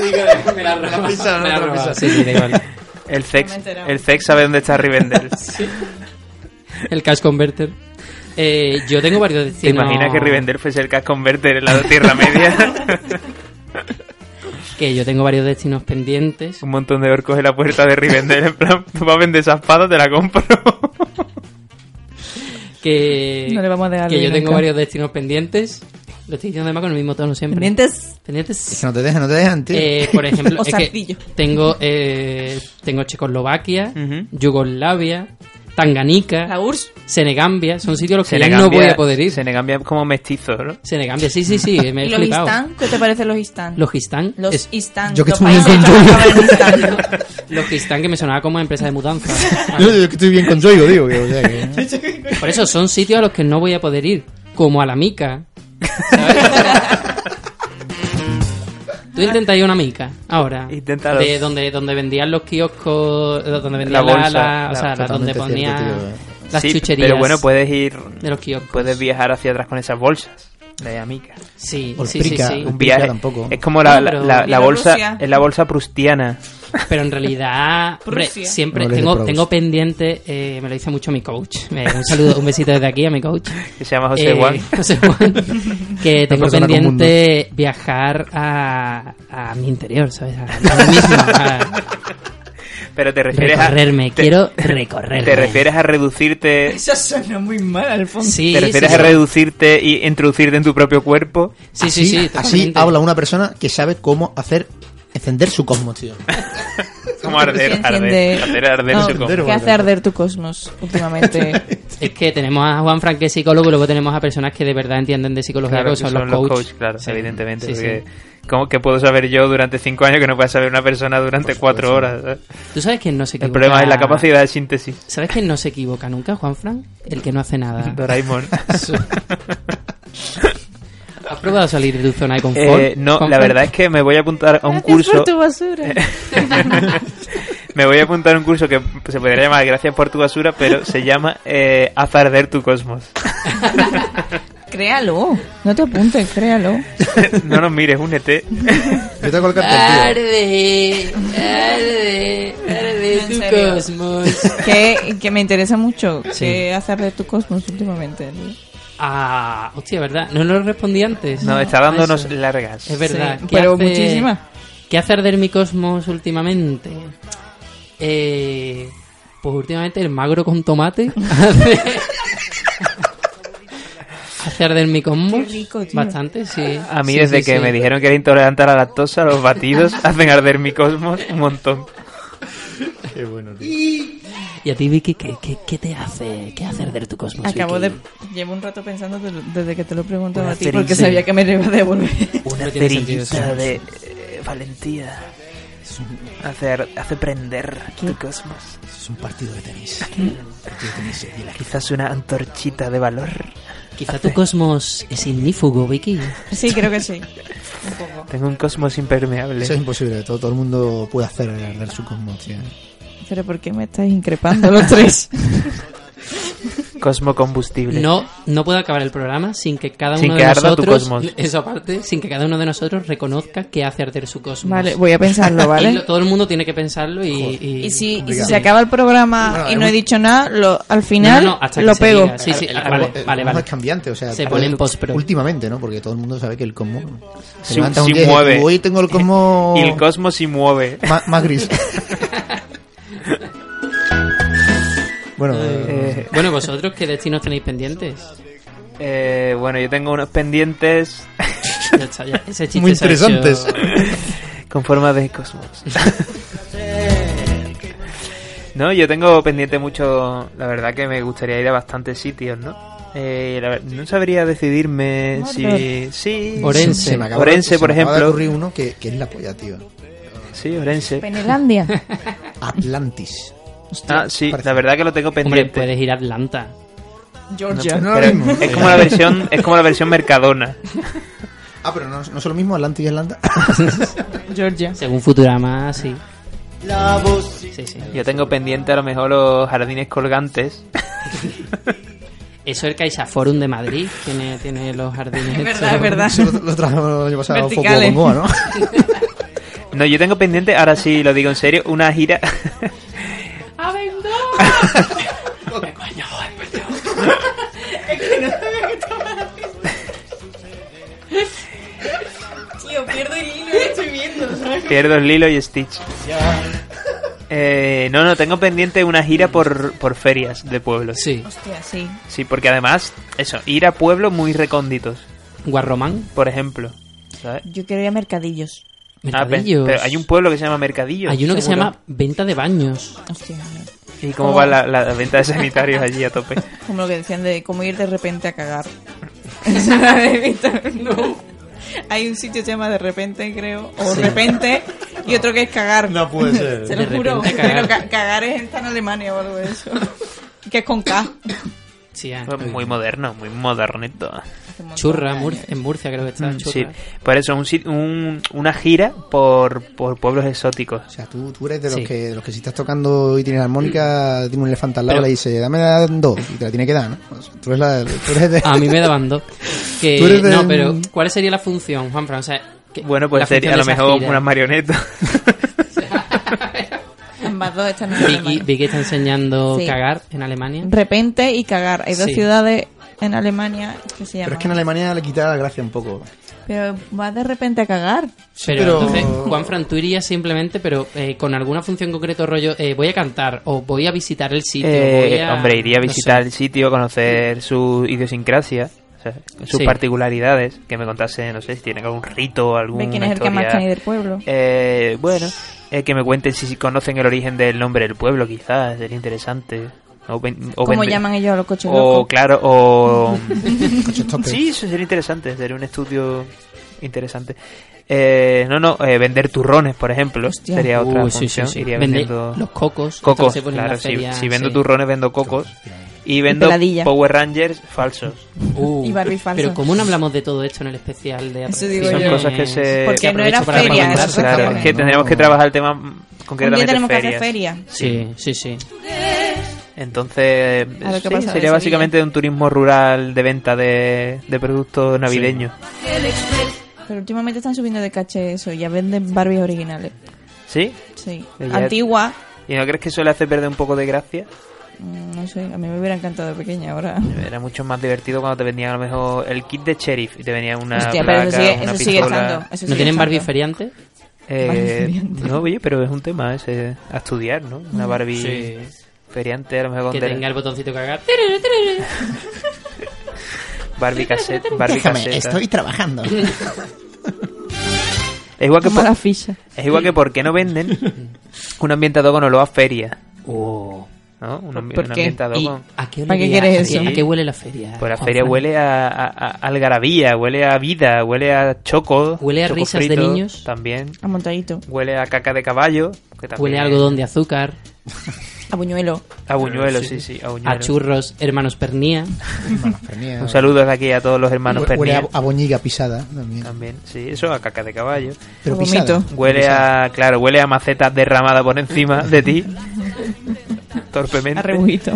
Me la has robado, pisado, me la has otra robado. pisada. Sí, sí, da igual. El No sex, me he enterado. el sex sabe dónde está Rivendell. El cash converter. Eh, yo tengo varios destinos. ¿Te imaginas que Rivendell fuese el Cash Converter en la Tierra Media? Que yo tengo varios destinos pendientes. Un montón de orcos en la puerta de Rivendell. En plan, tú vas a vender esa espada, te la compro. Que, No le vamos a dejar que yo libre, tengo claro. varios destinos pendientes. Lo estoy diciendo además con el mismo tono siempre. Pendientes. Es Pendientes. que no te dejan, no te dejan, tío. Eh, por ejemplo, O es que zarcillo. tengo, eh, tengo Checoslovaquia, Ujú. Yugoslavia, Tanganica, La URSS. Senegambia. Son sitios a los que yo no voy a poder ir. Senegambia es como mestizo, ¿no? Senegambia, sí, sí, sí, me he ¿Y los flipado. Istán? ¿Qué te parecen los Istán? Los Gistán. Los es- Istán. yo que los estoy muy países contento. que acaban en Istán. los Gistán que me sonaba como empresa de mudanza. Yo, yo que estoy bien con Yoigo, digo. que, o sea, que- Por eso son sitios a los que no voy a poder ir, como a la mica. Tú intentas ir a una mica ahora. Inténtalo. De donde, donde vendían los kioscos, eh, donde vendían La la, bolsa. la- o sea, la- Totalmente donde cierto, ponía tío. las Sí, chucherías Pero bueno, puedes ir. de los kioscos. Puedes viajar hacia atrás con esas bolsas de amiga. Sí, O el sí, sí, prica. sí. Un Un viaje. tampoco. Es como la, No, pero- la- la Mira, bolsa. Rusia. Es la bolsa prustiana. Pero en realidad, hombre, Prusia. siempre No le tengo, reproches. tengo pendiente, eh, me lo dice mucho mi coach. Me- Un saludo, un besito desde aquí a mi coach. Que se llama José Eh, Juan. José Juan. Que tengo persona con pendiente viajar a, a mi interior, ¿sabes? A, a mí mismo, a Pero te refieres a. recorrerme. te- Quiero recorrerme. Te refieres a reducirte. Eso suena muy mal, Alfonso. Sí, ¿Te refieres sí, a reducirte y introducirte en tu propio cuerpo? Sí, sí, sí. así, así totalmente. habla una persona que sabe cómo hacer encender su cosmos, tío. Como arder, Enciende- arder, hacer arder No, su cosmos. ¿Qué hace arder tu cosmos últimamente? Es que tenemos a Juan Frank, que es psicólogo, y luego tenemos a personas que de verdad entienden de psicología, Claro, que que son, los coach. claro, Sí. evidentemente. Sí, sí. porque ¿Cómo que puedo saber yo durante cinco años que no puede saber una persona durante cuatro horas? ¿sabes? Tú sabes que no se El equivoca. problema es la capacidad de síntesis. ¿Sabes que no se equivoca nunca, Juan Frank? El que no hace nada. Doraemon. Eso. ¿Has probado salir de tu zona de confort? Eh, no, Juan la Frank? verdad es que me voy a apuntar a un Gracias curso. por tu basura. me voy a apuntar a un curso que se podría llamar Gracias por tu basura, pero se llama eh, Haz arder tu cosmos. créalo. No te apuntes, créalo. no nos mires, únete. Yo tengo el cartel, tío. arde, arde En tu serio. cosmos. Que, que me interesa mucho. Sí. ¿Qué hace arder tu cosmos últimamente? ¿no? Ah, hostia, ¿verdad? No lo respondí antes. Nos está Ah, dándonos eso. largas. Es verdad. Sí, ¿Qué pero hace- muchísimas. ¿Qué hace arder mi cosmos últimamente? Eh, pues últimamente el magro con tomate. hace- hace arder mi cosmos. Qué rico, tío. Bastante, sí. A mí Sí, desde sí, que sí. me dijeron que era intolerante a la lactosa, los batidos hacen arder mi cosmos un montón. ¿Y a ti, Vicky, qué, qué- qué te hace? ¿Qué hace arder tu cosmos? Acabo de. Vicky? Llevo un rato pensando de- desde que te lo he preguntado Una a ti cerilla. porque sabía que me lo iba a devolver. Una No tiene sentido cerillita eso. de eh, valentía. Hacer, hace prender tu cosmos. Es un partido de tenis. Quizás una antorchita de valor. Quizá tu cosmos es ignífugo, Vicky. Sí, creo que sí. Tengo un cosmos impermeable. Eso es imposible. Todo, todo el mundo puede hacer arder su cosmos, tío. Pero ¿por qué me estáis increpando los tres? Cosmo combustible. No, no puedo acabar el programa sin que cada Sin uno que de arda tu nosotros, cosmos. eso aparte, sin que cada uno de nosotros reconozca que hace arder su cosmos. Vale, voy a pensarlo, Y lo- ¿vale? todo el mundo tiene que pensarlo y, y- Y si, y si complicado. se acaba el programa Bueno, y es no he un- dicho nada, lo- al no, final no, hasta que lo se pego. diga. Sí, sí, El- ah, el- vale, el- vale, el- vale. Es cambiante, o sea, Se tal pone vez en post-pro. Últimamente, ¿no? Porque todo el mundo sabe que el cosmos Sí, se levanta sí un día y dice, mueve. Hoy tengo el cosmos Y el cosmos sí mueve. ma- más gris. bueno, eh, Eh, eh, Bueno, vosotros qué destinos tenéis pendientes? Eh, bueno, yo tengo unos pendientes Ya está, ya. Ese chiste Muy se ha hecho- interesantes. con forma de cosmos. no, yo tengo pendiente mucho. La verdad que me gustaría ir a bastantes sitios, ¿no? Eh, la ver- no sabría decidirme si. Madre. Sí, Orense. Se me acaba- Orense, se me por acaba de ejemplo. ocurrir uno que, que es la polla, tío. sí, Orense. Penelandia. Atlantis. Ah, sí, parece- la verdad que lo tengo Hombre, pendiente. puedes ir a Atlanta. Georgia. No, Pero lo mismo. es como la versión, es como la versión Mercadona. Ah, pero no, no es lo mismo Atlantis y Atlanta. Georgia. Según Futurama, sí. Sí, sí. Yo tengo pendiente a lo mejor los jardines colgantes. Eso es el Caixa Forum de Madrid. Tiene, tiene los Es jardines. estos. verdad, es verdad. Eso lo, lo trajo el año pasado Foucault Verticales. Bengoa, ¿no? No, yo tengo pendiente, ahora sí lo digo en serio, una gira. ¡Ah, Tío, pierdo el hilo y estoy viendo, ¿sabes? Pierdo el Lilo y Stitch. Eh, no, no, tengo pendiente una gira por, por ferias de pueblos. Sí. Hostia, sí. Sí, porque además, eso, ir a pueblos muy recónditos, Guarromán. por ejemplo. ¿sabes? Yo quiero ir a mercadillos. Ah, pe- Mercadillos. pero hay un pueblo que se llama Mercadillo. Hay uno que se llama Venta de Baños. Hostia, no. ¿Y cómo va la, la venta de sanitarios allí a tope? Como lo que decían de cómo ir de repente a cagar. Esa la de Víctor. No. Hay un sitio que se llama de repente, creo. O Sí. repente. Y otro que es cagar. No puede ser. Se lo De juro. repente cagar. Pero ca- cagar es en tan Alemania o algo de eso. Que es con K. Sí, ah. Muy moderno, muy modernito. Hace un montón Churra, de Mur- años. en Murcia creo que está. Churra. Mm, Sí, por eso, un, sit- un- una gira por, por pueblos exóticos. O sea, tú, tú eres de los, Sí. que, de los que si estás tocando y tienes la armónica, tiene un elefante al lado Pero- le dice, dame la dos y te la tiene que dar, ¿no? O sea, tú, eres la, tú eres de... A mí me daban dos. Que- Tú eres de- No, pero ¿cuál sería la función, Juan O sea, que- Bueno, la pues sería a lo función de esa mejor gira. unas marionetas. Ambas dos están en Vicky, Alemania. Vicky está enseñando Sí. cagar en Alemania. Repente y cagar. Hay dos Sí. ciudades en Alemania que se Pero llaman. es que en Alemania le quita la gracia un poco. Pero vas de repente a cagar. Pero, pero- entonces, Juan Fran, tú irías simplemente, pero eh, con alguna función concreta, rollo, eh, voy a cantar o voy a visitar el sitio. Eh, voy a- Hombre, iría a no sé. visitar el sitio, conocer su idiosincrasia, o sea, sus Sí. particularidades, que me contase, no sé, si tienen algún rito, algún. Ve quién es el que más tiene del pueblo. Eh, bueno, eh, que me cuenten si conocen el origen del nombre del pueblo, quizás, sería interesante. O ven- o ¿Cómo vende- llaman ellos a los coches O, locos? claro, o. Coche tope. sí, eso sería interesante, sería un estudio interesante. Eh, no, no, eh, vender turrones, por ejemplo, Hostia. sería otra Uy, sí, función. sí, sí. Iría Vende vendiendo los cocos. cocos. esto que se pone en la claro, si, feria, si vendo sí. turrones, vendo cocos. Y vendo Peladilla. Power Rangers falsos. Uh, Y Barbie falso. Pero ¿cómo no hablamos de todo esto en el especial de Eso digo Son yo. cosas que se. Porque que no era aprovecho para feria, comentar. eso se Claro, acaba, es que ¿no? tendríamos que trabajar el tema mm, Un día concretamente tenemos que hacer ferias. feria. Sí, sí, sí. Entonces, A ver sí, qué pasa en sería Sevilla. básicamente un turismo rural de venta de, de productos navideños. Pero últimamente están subiendo de caché eso. Ya venden Barbies originales. ¿Sí? Sí. Eh, Ya- Antigua. ¿Y no crees que eso le hace perder un poco de gracia? mm, No sé, a mí me hubiera encantado de pequeña ahora. Era mucho más divertido cuando te vendían a lo mejor el kit de sheriff y te venía una. Hostia, pero eso placa, sigue, una eso sigue pistola. estando. eso ¿No sigue tienen estando. Barbie feriante? Eh, Barbie feriante. no, oye, pero es un tema ese a estudiar, ¿no? Una Mm. Barbie feriante, a lo mejor Que de- tenga el botoncito cagar. Barbie cassette, Barbie Déjame, caseta. estoy trabajando. Es igual que Toma por- la ficha. es igual que por qué no venden un ambientador con olor a feria, ¿no? Un, ambi- ¿Por un qué? ambientador ¿Y con Oh, ¿A qué, ¿Para qué olería? quieres ¿A qué- eso? ¿A qué huele la feria? pues la Juan feria Fran? huele a, a- a- algarabía, huele a vida, huele a choco, Huele a choco risas de frito niños. también, A montadito. huele a caca de caballo, que también Huele a es- algodón de azúcar, A buñuelo. a buñuelo, sí, sí, a buñuelo. a churros, hermanos pernía. Malafernía. Un saludo de aquí a todos los hermanos Hue- eh, Huele a, Pernier. a boñiga pisada también. También, sí, eso a caca de caballo. Pero Vomito. pisada. Huele a, claro, huele a macetas derramada por encima de ti. A Torpemente. rebujito.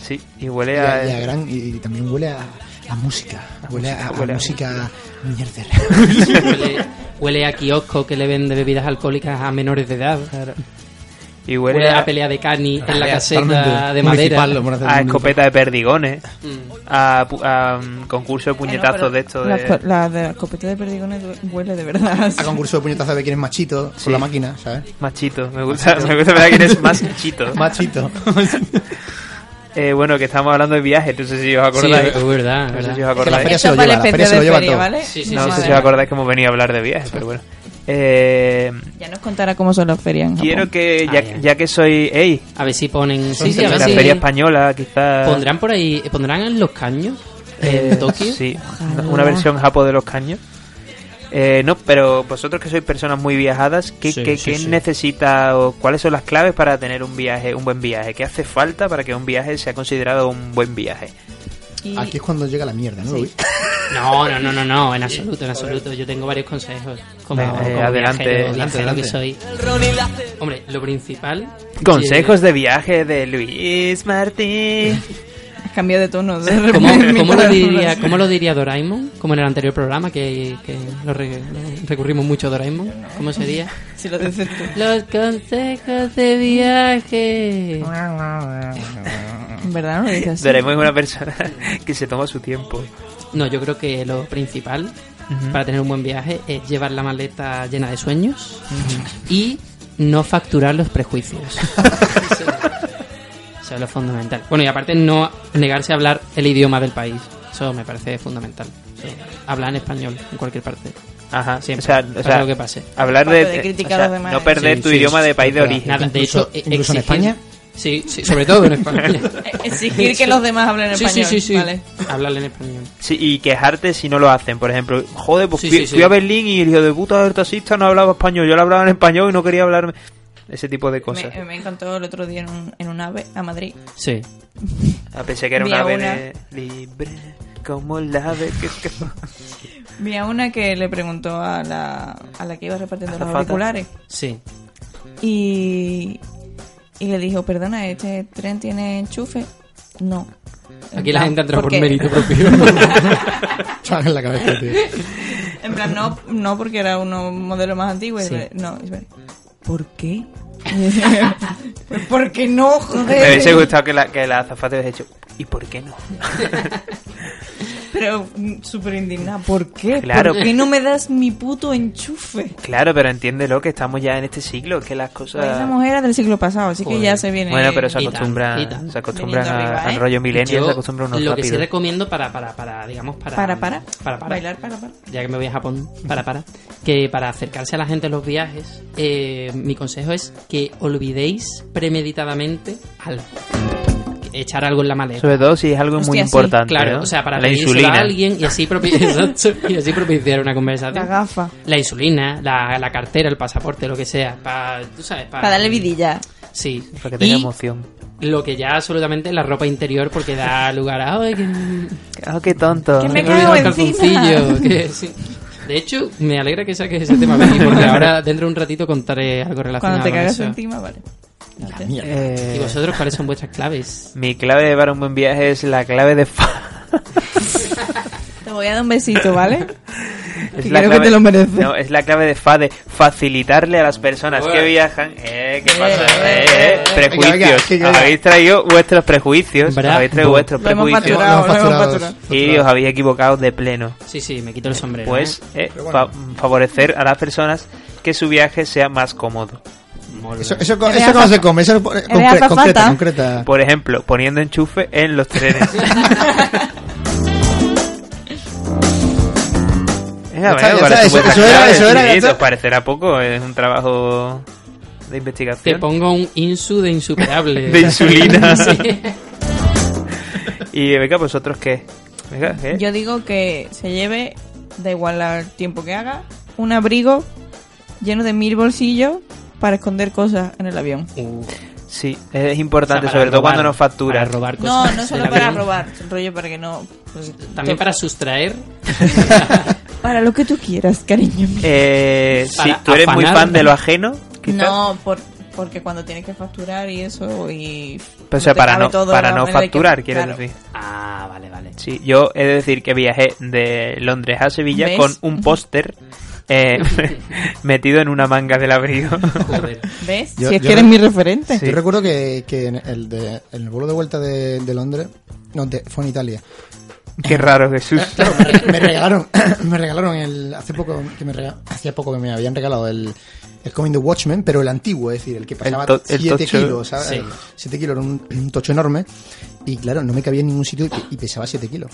Sí, y huele Y a, a- y a gran- y, y también huele a, a música. Huele a, a huele eh. a- música mierder. huele, huele a kiosco que le vende bebidas alcohólicas a menores de edad. y Huele, huele a, a, pelea de cani en la Huele a- caseta Totalmente. de madera. Municipal, lo van a hacer a municipal. Ah, escopeta de perdigones, Mm. a, pu- a, mm, concurso de puñetazos de esto La, de... la de la escopeta de perdigones due- huele de verdad. A concurso de puñetazos de quién es machito con la máquina, ¿sabes? Machito, me gusta, me gusta verdad que eres más machito. Machito. Eh, bueno, que estamos hablando de viajes, no sé si os Sí, acordáis. es verdad, es no sé si os Es que verdad. la ¿eh? acordáis. feria se Esto lo para lleva, el la feria especial se lo de lleva feria, todo. ¿vale? Sí, sí, No sí, sé Madre si sí. os mía. acordáis que hemos venido a hablar de viajes, pero bueno. Eh, Ya nos contará cómo son las ferias en Japón. quiero que, Ah, ya, bien. ya que soy... ¡Ey! A ver si ponen. Sí, sí, a ver la si. feria española, quizás... ¿Pondrán por ahí. ¿Pondrán en los caños? eh, ¿En Tokio? Sí, Ojalá. una versión japo de los caños. Eh, no, pero vosotros que sois personas muy viajadas, ¿qué, Sí, qué- sí, qué sí. necesita o cuáles son las claves para tener un viaje, un buen viaje? ¿Qué hace falta para que un viaje sea considerado un buen viaje? Y- Aquí es cuando llega la mierda, ¿no? Sí. No, no, no, no, no, en absoluto, en absoluto. Yo tengo varios consejos. Como, Venga, eh, como adelante, viajero, adelante, viajero que adelante. soy. Hombre, lo principal. Consejos de viaje de Luis Martín. Has cambiado de tono. de Eh, ¿Cómo, repente. cómo lo diría, ¿Cómo lo diría Doraemon? Como en el anterior programa que, que lo re- lo recurrimos mucho a Doraemon. ¿Cómo sería? Si lo dices tú. Los consejos de viaje. En verdad no lo dices así. Daremos una persona que se toma su tiempo. No, yo creo que lo principal para tener un buen viaje es llevar la maleta llena de sueños y no facturar los prejuicios. Eso- Eso es lo fundamental. Bueno, y aparte no negarse a hablar el idioma del país. Eso me parece fundamental. Eso, hablar en español en cualquier parte. Ajá, Siempre. o sea, o Pase sea, lo que pase. hablar Aparte de, de criticar a los demás. no perder Sí, tu sí, idioma sí, de país de verdad. origen. Nada, de Incluso- hecho, e- incluso en exigir- España. Sí, sí, sobre todo en España. Eh, Exigir que los demás hablen sí, español. sí, sí, sí. Vale. Hablar en español. Sí, y quejarte si no lo hacen, por ejemplo. Joder, pues Sí, fui, sí, sí. fui a Berlín y el hijo de puta del taxista no hablaba español. Yo le hablaba en español y no quería hablarme. Ese tipo de cosas. Me, eh, me encantó el otro día en un, en un ave a Madrid. Sí. Ah, pensé que era vi una a ave una- de- libre como la ave que... Vi a una que le preguntó a la, a la que iba repartiendo los Azafata. auriculares. Sí. Y, y le dijo, perdona, ¿este tren tiene enchufe? No. Aquí la gente entra por, qué? mérito propio. Chaga en la cabeza, tío. En plan, no, no porque era uno modelo más antiguo. y Sí. dice, No, es verdad. ¿Por qué? pues porque no, Me hubiese joder. gustado que la, que la azafata hubiese hecho... ¿Y por qué no? Pero mm, súper indignada. ¿Por qué? Claro. ¿Por qué no me das mi puto enchufe? Claro, pero entiéndelo que estamos ya en este siglo, que las cosas... Pues Esa mujer era del siglo pasado, así que Joder. ya se viene. Bueno, pero se Y tan, acostumbran, y tan. se acostumbran Viniendo a- arriba, al ¿eh? rollo millennial, Yo se acostumbran unos Lo que sí rápidos. recomiendo para, para, para, digamos, para... Para, para, Para, para. Bailar, para, para. Ya que me voy a Japón, para, para. Que para acercarse a la gente en los viajes, eh, mi consejo es que olvidéis premeditadamente algo. Echar algo en la maleta. Sobre todo si es algo muy Hostia, sí, importante. Claro, ¿no? o sea, para la pedírselo insulina. a alguien y así, propi- exacto, y así propiciar una La conversación. La, gafa. insulina, la, la cartera, el pasaporte, lo que sea. Para, tú sabes, para... Para darle vidilla. Sí. Para que tenga Y emoción. lo que ya absolutamente es la ropa interior porque da lugar a... "Ay, que- Ah, qué tonto. Que Me me he olvidado el cago calzoncillo. encima. que sí. De hecho, me alegra que saques ese tema, Vicky, porque ahora dentro de un ratito contaré algo relacionado Cuando te con cagas eso. encima, vale. La mierda. Eh, ¿Y vosotros cuáles son vuestras claves? Mi clave para un buen viaje es la clave de fa. Te voy a dar un besito, ¿vale? Es Que la creo que te lo mereces. No, es la clave de fa de facilitarle a las personas que Bueno. viajan. Eh, ¿qué Eh, pasa? eh, Eh, eh, eh. prejuicios. Venga, venga, que yo ya- Habéis traído vuestros prejuicios. Bravo. Habéis traído vuestros Lo hemos prejuicios. facturado, Lo hemos lo hemos facturado. facturado. Y os habéis equivocado de pleno. Sí, sí, me quito el sombrero. Pues eh, Pero fa- bueno. favorecer a las personas que su viaje sea más cómodo. ¿eh? Muy bien. Eso, eso, co- Eres eso no azafa- se come, eso pone- eres concre- azafata. concreta, concreta. Por ejemplo, poniendo enchufe en los trenes. Venga, Ya está, venga, ya ¿cuáles está, son eso- vuestras eso era, claves, eso era, ya chiquillos? está. Parecerá poco, es un trabajo de Te investigación. pongo un insu de insuperable. De insulina. Sí. Y venga, vosotros qué. Venga, ¿qué? Yo digo que se lleve, da igual el tiempo que haga, un abrigo lleno de mil bolsillos para esconder cosas en el avión. Uh, Sí, es o sea, importante, para sobre todo robar- cuando nos factura. Para robar No, cosas no del solo para avión. robar, rollo para que no... pues, También te- para sustraer. Para lo que tú quieras, cariño. Eh, si Para tú eres muy afanar. fan de lo ajeno, quizás. No, por- porque cuando tienes que facturar y eso y... o sea, te para cabe no, todo para la no manera de que- facturar, quiero claro. decir. Ah, vale, vale. Sí, yo he de decir que viajé de Londres a Sevilla ¿Ves? con un póster eh, metido en una manga del abrigo. Joder. ¿Ves? Yo- si es yo que eres re- mi referente. Sí. Yo recuerdo que, que en, el de, en el vuelo de vuelta de, de Londres, no, de- fue en Italia, Qué raro, Jesús. Claro, me, me regalaron, me regalaron el, hace poco que me rega- hacía poco que me habían regalado el, el Coming the Watchmen, pero el antiguo, es decir, el que pasaba to- el 7 tocho. kilos, ¿sabes? Sí. 7 kilos, era un, un tocho enorme, y claro, no me cabía en ningún sitio y, pe- y pesaba 7 kilos.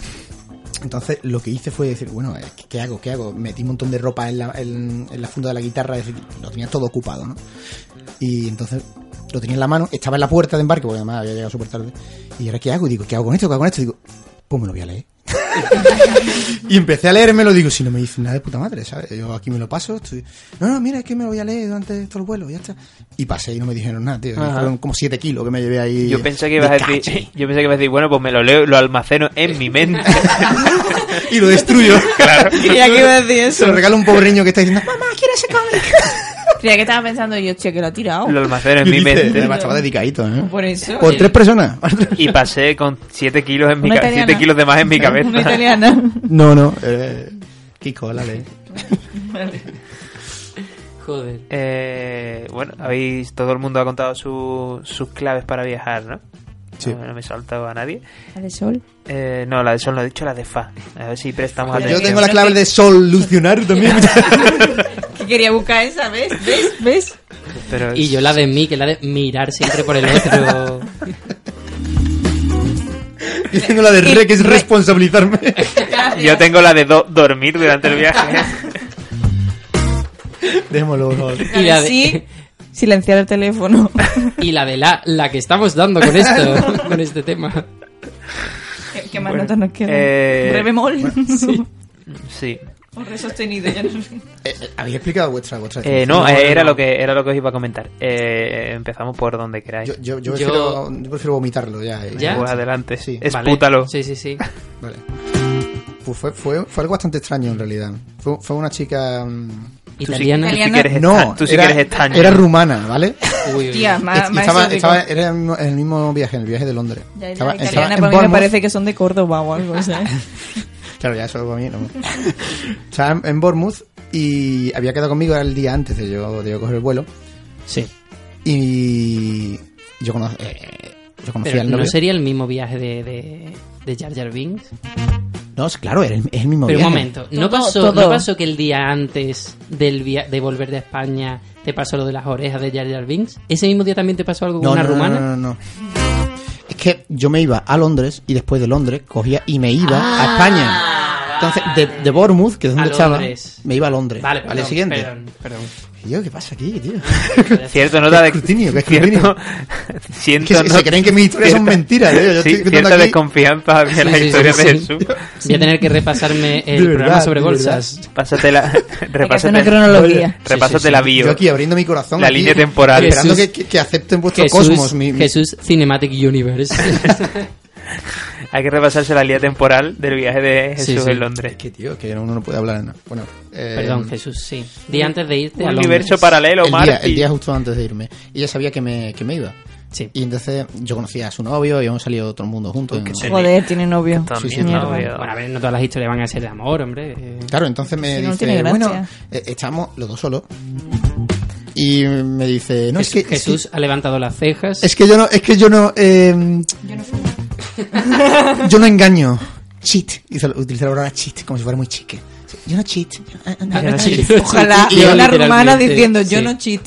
Entonces lo que hice fue decir, bueno, eh, ¿qué- ¿qué hago? ¿Qué hago? Metí un montón de ropa en la, en, en la funda de la guitarra, es decir, lo tenía todo ocupado, ¿no? Y entonces lo tenía en la mano, estaba en la puerta de embarque, porque además había llegado súper tarde. Y ahora, ¿qué hago? Y digo, ¿qué hago con esto? ¿Qué hago con esto? Y digo, pues me lo voy a leer. y empecé a leerme, lo digo, si no me dice nada de puta madre, ¿sabes? Yo aquí me lo paso, estoy, no, no, mira, es que me lo voy a leer durante todo el vuelo, ya está. Y pasé y no me dijeron nada, tío. Ajá. Fueron como 7 kilos que me llevé ahí. Yo pensé que de ibas a decir, caché. yo pensé que ibas a decir, bueno, pues me lo leo, lo almaceno en mi mente. y lo destruyo. claro. Creía que iba a decir Se eso. lo regalo a un pobre niño que está diciendo, "Ah". mamá, quiero ese cómic. Creía que estaba pensando yo, che, que lo ha tirado. Lo almaceno en Y mi dice, mente. Además, estaba dedicadito, ¿eh? Por eso. Por tres personas. Y pasé con 7 kilos en mi Una ca- italiana. siete kilos de más en mi Una cabeza. italiana. No, no. Eh, Kiko, la ley. Joder. Eh, bueno, habéis todo el mundo ha contado su- sus claves para viajar, ¿no? Sí. No, no me he saltado a nadie. La de sol. Eh, no, la de Sol no he dicho, la de Fa. A ver si prestamos Yo atención. tengo la clave de solucionar también. Que quería buscar esa, ¿ves? ¿Ves? ¿Ves? Pero Y yo la de mí, que la de mirar siempre por el otro. Yo tengo la de re, que es responsabilizarme. yo tengo la de do- dormir durante el viaje. Démoslo, por favor. Y la de, Sí, silenciar el teléfono. y la, de la, la que estamos dando con esto, con este tema. ¿Qué, qué más Bueno, notas nos quedan? eh, Re bemol. sí. sí. Un re sostenido. Ya no... Eh, eh, ¿Habéis explicado vuestra? vuestra Eh, no, definición? eh, era lo que era lo que os iba a comentar. Eh, empezamos por donde queráis. Yo, yo, yo, Yo- prefiero, yo prefiero vomitarlo ya. eh. ¿Ya? Pues adelante. Sí. Espútalo. Sí, sí, sí. Vale. Pues fue, fue, fue algo bastante extraño en realidad. Fue, fue una chica. mm, Italiana. Tú sí Italiana. que eres No, esta- tú sí era, que eres estaño. era rumana, ¿vale? Uy, uy, uy. Tía, más, Y más estaba, exótico. estaba- era en en el mismo viaje, en el viaje de Londres. Ya era Estaba- estaba italiana, en para mí me Bournemouth. parece que son de Córdoba o algo, o sea. Claro, ya solo para mí. No. Estaba en, en Bournemouth y había quedado conmigo era el día antes de yo, de yo coger el vuelo. Sí. Y yo, cono- eh, yo conocía Pero al no novio. sería el mismo viaje de, de, de Jar Jar Binks. No, es- claro, era el- es el mismo Pero un viaje. momento, ¿no Todo, pasó, todo. ¿no pasó que el día antes del via- de volver de España te pasó lo de las orejas de Jar Jar Binks? ¿Ese mismo día también te pasó algo con una No, rumana? no, no. Es que yo me iba a Londres y después de Londres cogía y me iba a España. Entonces, de, de Bournemouth, que es donde Ah. A estaba, Londres. me iba a Londres. Vale, al día perdón, siguiente. Perdón, perdón. Y yo, ¿qué pasa aquí, tío? Cierto nota de escrutinio, qué cierto, escrutinio. siento, Que se- se no- creen que mis historias son mentiras, tío. Yo sí, estoy escuchando cierta aquí- desconfianza hacia Sí, la sí, sí, historia sí. de Jesús. Voy a tener que repasarme el verdad, programa sobre de bolsas. Pásatela, repásate, una cronología. repásate Sí, sí, sí. la bio. Yo aquí abriendo mi corazón. La aquí, línea temporal. Esperando Jesús- que, que- que acepten vuestro Jesús, cosmos. Mi, mi- Jesús Cinematic Universe. Hay que repasarse la línea temporal del viaje de Sí, Jesús sí. en Londres. Que tío, que uno no puede hablar en nada. Bueno, eh, Perdón, Jesús, sí. Día antes de irte a Un Londres. universo paralelo, el día, Marty. el día justo antes de irme. Y Ella sabía que me, que me iba. Sí. Y entonces yo conocía a su novio y hemos salido todo el mundo juntos. Qué En- serio. Joder, tiene novio. También, sí, sí, ¿no? mierda. Yo- Bueno, a ver, no todas las historias van a ser de amor, hombre. Eh, Claro, entonces me Si no, no dice, tiene gracia. bueno, eh, estamos los dos solos. Y me dice, no, es que, es Jesús ha levantado las cejas. que, es que yo no, es que yo no, eh, Yo no yo no engaño. Cheat. Hizo, utilizó la palabra cheat como si fuera muy chique. Sí, Yo no cheat. Yo- ah, ah, Yo no ah, cheat. Ojalá Y yo la literalmente, rumana diciendo yo sí. no cheat.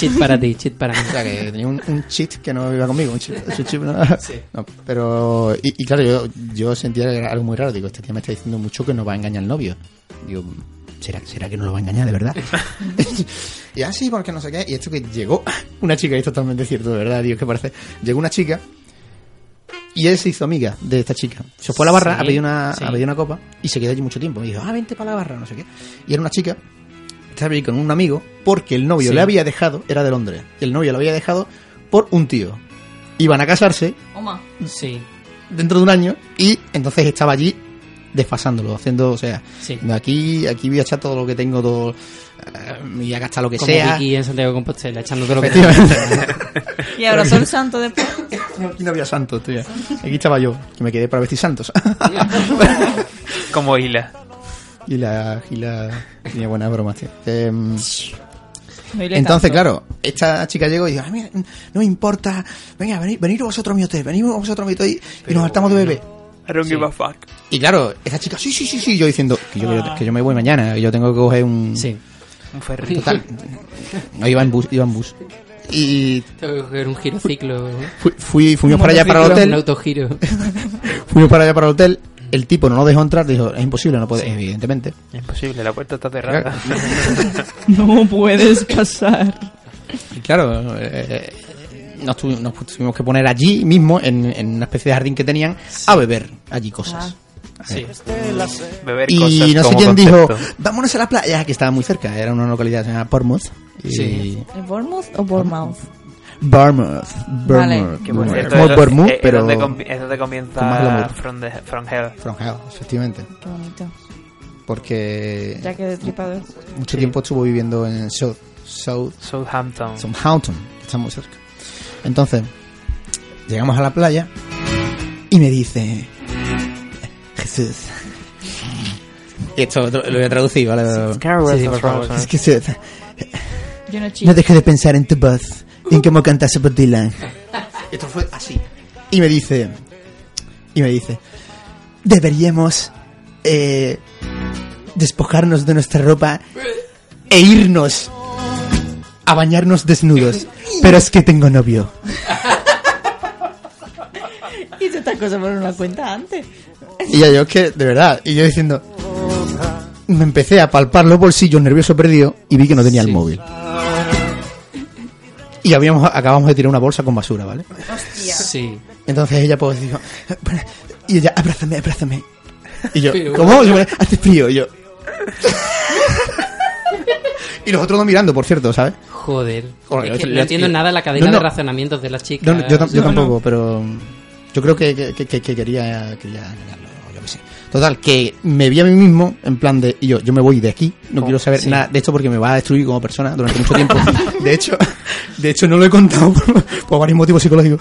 Cheat para ti, cheat para mí. O sea, que tenía un, un cheat que no iba conmigo, un chip, su chip, ¿no? No, pero, y, y claro, yo, yo sentía que era algo muy raro. Digo, este tío me está diciendo mucho que nos va a engañar el novio. Digo, ¿será, será que no lo va a engañar de verdad? y así, porque no sé qué. Y esto que llegó una chica, y esto es totalmente cierto, de verdad, Dios, que parece. Llegó una chica y él se hizo amiga de esta chica. Se fue a la barra Sí, a, pedir una, sí. a pedir una copa y se quedó allí mucho tiempo. Me dijo, ah, vente para la barra, no sé qué. Y era una chica estaba allí con un amigo porque el novio Sí. le había dejado, era de Londres, el novio le había dejado por un tío. Iban a casarse Oma. Sí, dentro de un año y entonces estaba allí desfasándolo, haciendo, o sea, sí. aquí, aquí voy a echar todo lo que tengo, todo, eh, me voy a gastar lo que Como sea. Vicky en Santiago de Compostela, echando todo lo que Y ahora Sol Santo después. No, aquí no había santos, tío. Aquí estaba yo, que me quedé para vestir santos. Como Hila. y la, y la, tenía buenas bromas, tío. Em, No iré Entonces, tanto. claro, esta chica llegó y dijo, "Ah, mira, no me importa, venga, venid, venid vosotros a mi hotel, venid vosotros a mi hotel y, y nos hartamos de bebé. I don't give a fuck. Y claro, esta chica, sí, sí, sí, sí, yo diciendo que yo, que yo- que yo me voy mañana, que yo tengo que coger un... Sí. Un ferry. Total. No, iba en bus, iba en bus. Y Tengo que coger un girociclo. ¿eh? fui, fui- fuimos Un para allá para el hotel, monociclo, Un autogiro. fuimos para allá para el hotel, el tipo no nos dejó entrar, dijo, es imposible, no puede, evidentemente. Imposible, la puerta está cerrada. No puedes pasar. Y claro, eh, nos, tu- nos tuvimos que poner allí mismo, en, en una especie de jardín que tenían, a beber allí Ah. cosas. Sí. Beber cosas Y no sé como quién dijo, concepto. vámonos a la playa, que estaba muy cerca, era una localidad llamada Portsmouth. Y Sí. ¿El Bournemouth o Bournemouth? Bournemouth. Vale. Bournemouth. Que por Bournemouth. cierto, Mm, Como es- Bournemouth, es- es pero... donde com- es donde con más comienza glamour. From, the- From Hell. From Hell, efectivamente. Qué bonito. Porque Ya que de tripador. mucho tiempo estuvo viviendo en South, South Southampton. Southampton, que está muy cerca. Entonces, llegamos a la playa y me dice, Jesús. Y esto lo voy a traducir, ¿vale? Carol, Sí, por favor. Es que Jesús, Yo no no chiste. dejes de pensar en tu voz, en cómo cantas por Dylan. Esto fue así. Y me dice, y me dice, deberíamos eh, despojarnos de nuestra ropa e irnos a bañarnos desnudos. Pero es que tengo novio. Y estas cosas por una cuenta antes. Y ya yo es que, de verdad, y yo diciendo, me empecé a palpar los bolsillos nervioso perdido y vi que no tenía el Sí. móvil. Y habíamos, acabamos de tirar una bolsa con basura, ¿vale? Sí. Entonces ella pues dijo, y ella, abrázame, abrázame. Y yo, Pero- ¿cómo? Y yo, Hace frío, y yo. y los otros dos mirando, por cierto, ¿sabes? Joder. Joder, Es que yo- no yo- entiendo yo- nada la cadena no, no. de razonamientos de la chica. No, no, yo, tam- yo No, no. tampoco, pero yo creo que, que- que- que quería, quería engañarlo, o yo qué sé. Total, que me vi a mí mismo en plan de, y yo, yo me voy de aquí, no Oh, quiero saber sí. nada de esto porque me va a destruir como persona durante mucho tiempo. de hecho, de hecho no lo he contado por, por varios motivos psicológicos.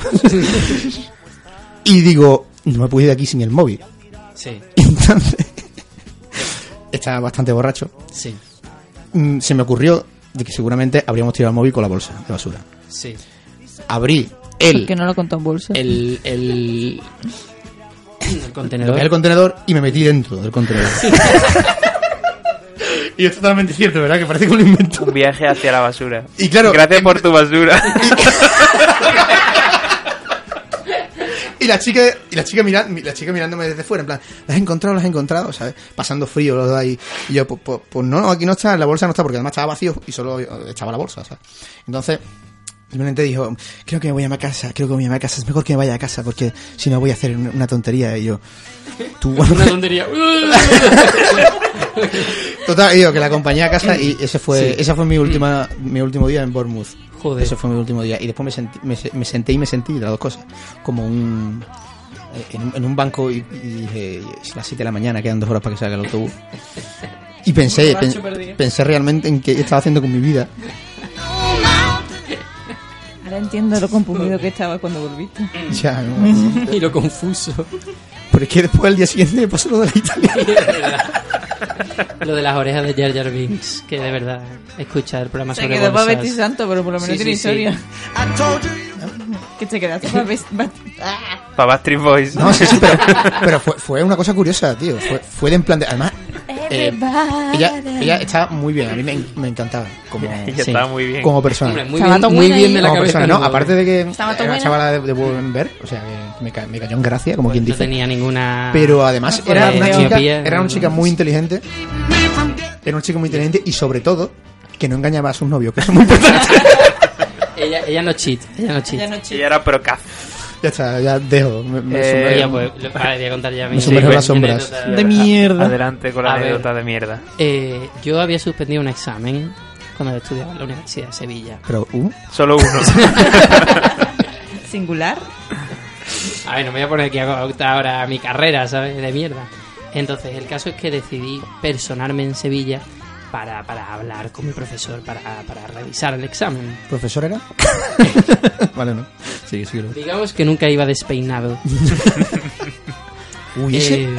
y digo, no me puedo ir de aquí sin el móvil. Sí, Entonces, estaba bastante borracho. sí, Mm, Se me ocurrió de que seguramente habríamos tirado el móvil con la bolsa de basura. sí. Abrí el, Que no lo contó en bolsa. el, el, El lo contenedor. que era el contenedor y me metí dentro del contenedor. y es totalmente cierto, ¿verdad? Que parece que lo invento. Un viaje hacia la basura. Y claro- Gracias por tu basura. Y la chica, y la chica, mira, la chica mirándome desde fuera, en plan, ¿las has encontrado? ¿Las has encontrado? ¿Sabes? Pasando frío los dos ahí. Y yo, pues, pues- pues no, aquí no está, la bolsa no está, porque además estaba vacío y solo estaba la bolsa, ¿sabes? Entonces, simplemente dijo, creo que me voy a mi casa, creo que me voy a mi casa, es mejor que me vaya a casa, porque si no voy a hacer una tontería. Y yo, tú, Una tontería. Total, digo que la acompañé a casa y ese fue, Sí. Mm. esa fue mi última, mi último día en Bournemouth. Joder. Ese fue mi último día. Y después me, sentí, me, se- me senté y me sentí las dos cosas. Como un eh, en, un- en un banco y, y dije, es las 7 de la mañana, quedan dos horas para que salga el autobús. Y pensé, Borracho pen- perdido. pensé realmente en qué estaba haciendo con mi vida. Ahora entiendo lo confundido que estaba cuando volviste. Ya, no. y lo confuso. Pero es que después al día siguiente me pasó lo de la Italia. De verdad. lo de las orejas de Jar Jar Binks, que de verdad, escucha el programa Se sobre quedó para bolsas. Betty Santo, pero por lo menos Sí, tiene sí, sí. historia. Que te quedaste para Betty Para Bastry Boys. No, sí, sí, pero, pero fue, fue una cosa curiosa, tío. Fue, fue de en plan de. Además, eh, ella, ella estaba muy bien, a mí me, en- me encantaba. Como, Ella estaba muy bien. como persona. Hombre, muy Estaba bien, todo muy buena bien de ahí. la Como cabeza. persona, no, aparte de que Estaba era todo una buena. chavala de, de buen ver, o sea, que me, ca- me cayó en gracia, como quien Pues no dice. tenía Pues ninguna. Pero además Mejor era de una, chica, Etiopía, era una chica muy inteligente. Era una chica muy inteligente y sobre todo que no engañaba a sus novios, que es muy importante. Ella, ella no cheat. Ella no cheat. Ya no chiste. Ella era procaz. ya está, ya dejo. Me, me Eh, sumerjo. Ella, pues, lo- ah, voy a contar ya mi- Me sumerjo en las mi sombras. anécdota. De mierda. Adelante con la A ver. anécdota de mierda. Eh, yo había suspendido un examen cuando estudiaba en la Universidad de Sevilla. Pero, uh, Solo uno. Singular. A ver, no me voy a poner aquí a contar ahora mi carrera, ¿sabes? De mierda. Entonces, el caso es que decidí personarme en Sevilla para, para hablar con mi profesor, para, para revisar el examen. ¿profesor era? vale, no. Sí, sí. lo- Digamos que nunca iba despeinado. Uy, ese- Eh,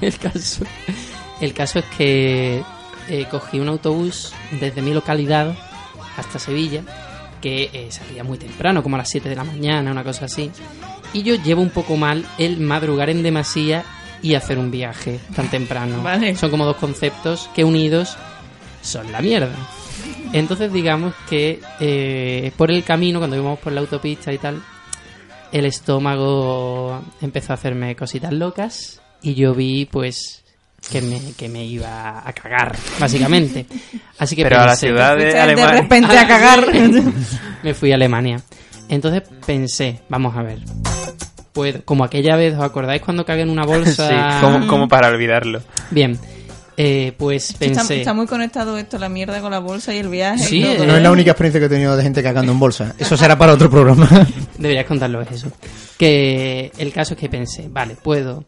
el, caso, el caso es que eh, cogí un autobús desde mi localidad hasta Sevilla que eh, salía muy temprano, como a las 7 de la mañana, una cosa así. Y yo llevo un poco mal el madrugar en demasía y hacer un viaje tan temprano. Vale. Son como dos conceptos que unidos son la mierda. Entonces digamos que eh, por el camino, cuando íbamos por la autopista y tal, el estómago empezó a hacerme cositas locas y yo vi pues que me, que me iba a cagar, básicamente. Así que Pero a la pensé- ciudad de de Alemania. repente a cagar. me fui a Alemania. Entonces pensé, vamos a ver. Puedo, como aquella vez, ¿os acordáis cuando cagué en una bolsa? Sí, como, como para olvidarlo. Bien, eh, pues está, pensé. está muy conectado esto, la mierda con la bolsa y el viaje. Sí, y todo. No es la única experiencia que he tenido de gente cagando en bolsa. Eso será para otro programa. Deberías contarlo eso. Que el caso es que pensé, vale, puedo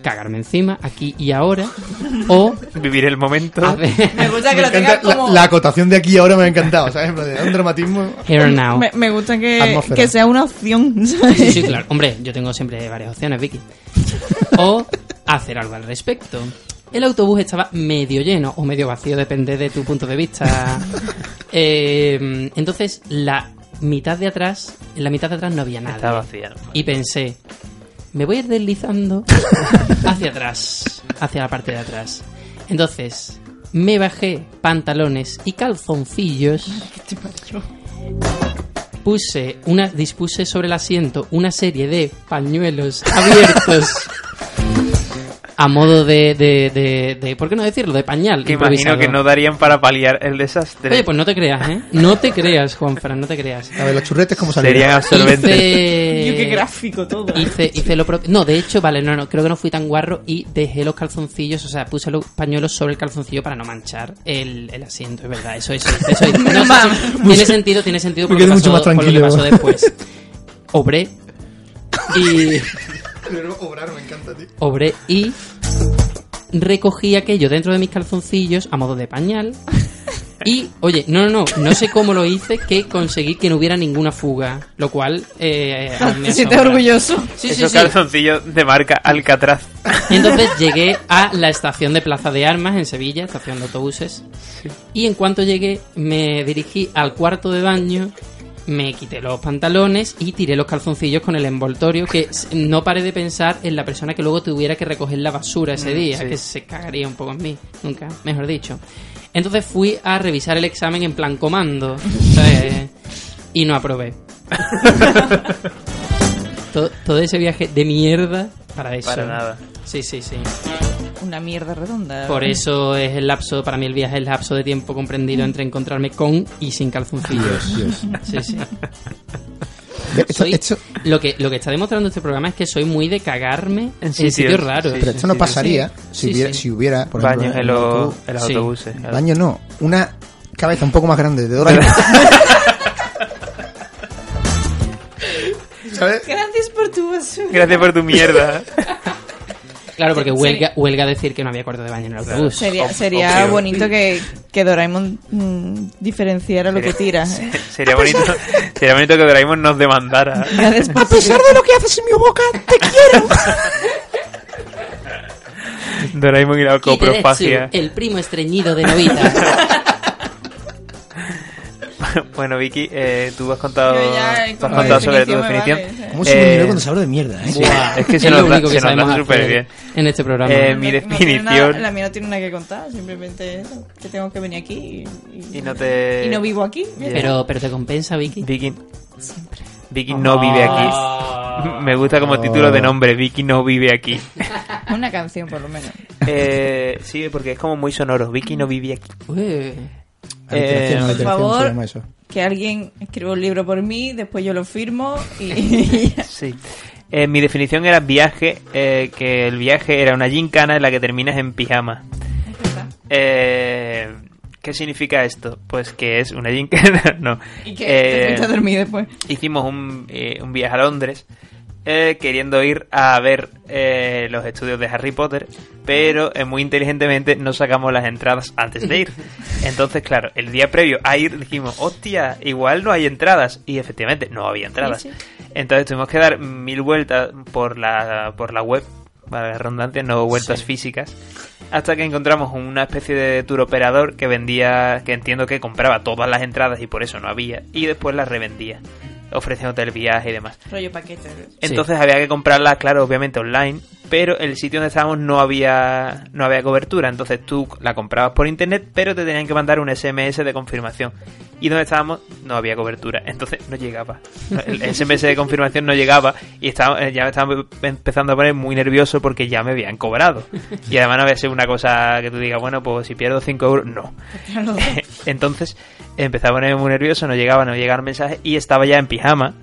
cagarme encima aquí y ahora o Vivir el momento. hacer Me gusta que Me lo tengas encanta la, como... la acotación de aquí ahora me ha encantado, ¿sabes? En plan de Un dramatismo. here now. Me, me gusta que, Atmósfera. que sea una opción. ¿sabes? Sí, sí, claro. Hombre, yo tengo siempre varias opciones, Vicky. O hacer algo al respecto. El autobús estaba medio lleno o medio vacío, depende de tu punto de vista. Eh, entonces, la mitad de atrás, en la mitad de atrás no había nada. Está vacía. ¿no? Y pensé, me voy a ir deslizando hacia atrás, hacia la parte de atrás. Entonces, me bajé pantalones y calzoncillos. Puse una, dispuse sobre el asiento una serie de pañuelos abiertos. A modo de, de, de, de- ¿por qué no decirlo? De pañal. Que imagino improvisado. que no darían para paliar el desastre. Oye, pues no te creas, ¿eh? No te creas, Juanfran, no te creas. A ver, los churretes, ¿cómo Serían salieron? absorbentes. Hice- Yo, qué gráfico todo. Hice, hice lo propio. No, de hecho, vale, no, no, creo que no fui tan guarro y dejé los calzoncillos, o sea, puse los pañuelos sobre el calzoncillo para no manchar el, el asiento, es verdad, eso, eso, eso. eso- no, eso- tiene sentido, tiene sentido por Me lo, quedé que pasó, mucho más por lo que pasó tranquilo. después. Obré y. obrar me encanta, tío. Obré y. Recogí aquello dentro de mis calzoncillos a modo de pañal. Y, oye, no, no, no, no sé cómo lo hice, que conseguí que no hubiera ninguna fuga. Lo cual, eh. aún me Te sientes asombra. orgulloso. Sí, sí, Esos sí. calzoncillos de marca Alcatraz. Entonces llegué a la estación de Plaza de Armas en Sevilla, estación de autobuses. Y en cuanto llegué, me dirigí al cuarto de baño, me quité los pantalones y tiré los calzoncillos con el envoltorio. Que s- no paré de pensar en la persona que luego tuviera que recoger la basura ese día, Mm, sí. que se cagaría un poco en mí, nunca, mejor dicho. Entonces fui a revisar el examen en plan comando ¿sabes? y no aprobé. todo, todo ese viaje de mierda para eso. Para nada. Sí, sí, sí. Una mierda redonda. Por eso es el lapso, para mí el viaje es el lapso de tiempo comprendido entre encontrarme con y sin calzoncillos. Sí, sí. Esto, Soy- esto- lo, que, lo que está demostrando este programa es que soy muy de cagarme en sitios, sitios, raros. sí, pero esto no sí, pasaría si, sí. Sí, hubiera, sí. si hubiera, por ejemplo, Baños en el los, autobús. en los Sí. autobuses. Baño no, una cabeza un poco más grande de Doraemon. ¿Sabes? Gracias por tu basura. Gracias por tu mierda. Claro, porque huelga, huelga decir que no había cuarto de baño en el autobús. Sería, Ob- sería obvio. bonito que, que Doraemon mm, diferenciara lo que tira. ¿eh? Se- Sería bonito, sería bonito que Doraemon nos demandara. Gracias por tu- de lo que haces en mi boca, te quiero. Doraemon y la coprofagia. el primo estreñido de Novita. Bueno, Vicky, eh, tú has contado, Yo ya he tú has contado contado sobre tu definición, me definición. vale, sí. ¿Cómo se me Eh, olvidó cuando se habla de mierda, eh? sí, es que se lo nos da, único se que nos sabemos da hacer súper bien. en este programa. Eh, mi No- no tiene nada- definición. la mía no tiene nada que contar, simplemente eso, que tengo que venir aquí y, Y no te- y no vivo aquí. Bien. pero, pero te compensa, Vicky. Vicky. Vicky no vive aquí. Me gusta como Oh. título de nombre, Vicky no vive aquí. Ah, Una canción por lo menos. Eh, sí, porque es como muy sonoro. Vicky no vive aquí. Uy. Aliteración, Eh, aliteración, por favor. se llama eso. Que alguien escriba un libro por mí, después yo lo firmo y... Sí. Eh, mi definición era viaje, eh, que el viaje era una gincana en la que terminas en pijama. Eh, ¿Qué significa esto? Pues que es una gincana, no. y que Eh, te fuiste a dormir después. hicimos un, eh, un viaje a Londres eh, queriendo ir a ver eh, los estudios de Harry Potter, pero eh, muy inteligentemente no sacamos las entradas antes de ir. Entonces, claro, el día previo a ir dijimos, hostia, igual no hay entradas. Y efectivamente, no había entradas. Sí, Entonces tuvimos que dar mil vueltas por la, por la web, para la redundancia, no vueltas físicas. hasta que encontramos una especie de tour operador que vendía, que entiendo que compraba todas las entradas y por eso no había, y después las revendía, ofreciéndote el viaje y demás. Rollo paquete. Entonces había que comprarlas, claro, obviamente online, pero el sitio donde estábamos no había, no había cobertura, entonces tú la comprabas por internet, pero te tenían que mandar un SMS de confirmación. Y donde estábamos no había cobertura, entonces no llegaba. El SMS de confirmación no llegaba y estaba, eh, ya me estaba empezando a poner muy nervioso porque ya me habían cobrado. Y además no había sido una cosa que tú digas, bueno, pues si pierdo 5 euros, no. Entonces empezaba a ponerme muy nervioso, no llegaba, no llegaban mensajes y estaba ya en pijama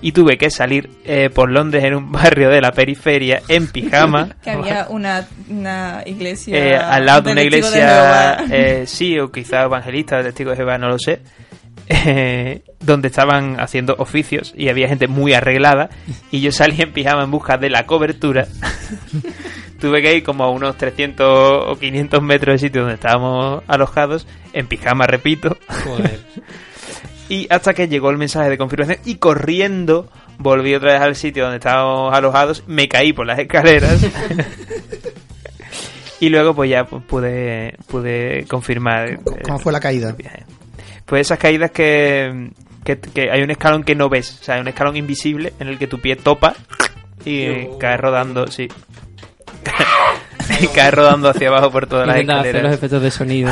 y tuve que salir eh, por Londres en un barrio de la periferia en pijama. Que había una, una iglesia. Eh, al lado de una testigo de iglesia, Jehová. eh, sí, o quizá evangelista, de testigos de Jehová, no lo sé, eh, donde estaban haciendo oficios y había gente muy arreglada y yo salí en pijama en busca de la cobertura. Tuve que ir como a unos 300 o 500 metros del sitio donde estábamos alojados, en pijama, repito, Joder. y hasta que llegó el mensaje de confirmación y corriendo volví otra vez al sitio donde estábamos alojados, me caí por las escaleras. y luego pues ya pues, pude pude confirmar eh, ¿Cómo fue la caída? viaje. Pues esas caídas que, que, que hay un escalón que no ves, o sea, hay un escalón invisible en el que tu pie topa y Oh. caes rodando, sí. y caes rodando hacia abajo por todas las Intentaba hacer los escaleras, efectos de sonido.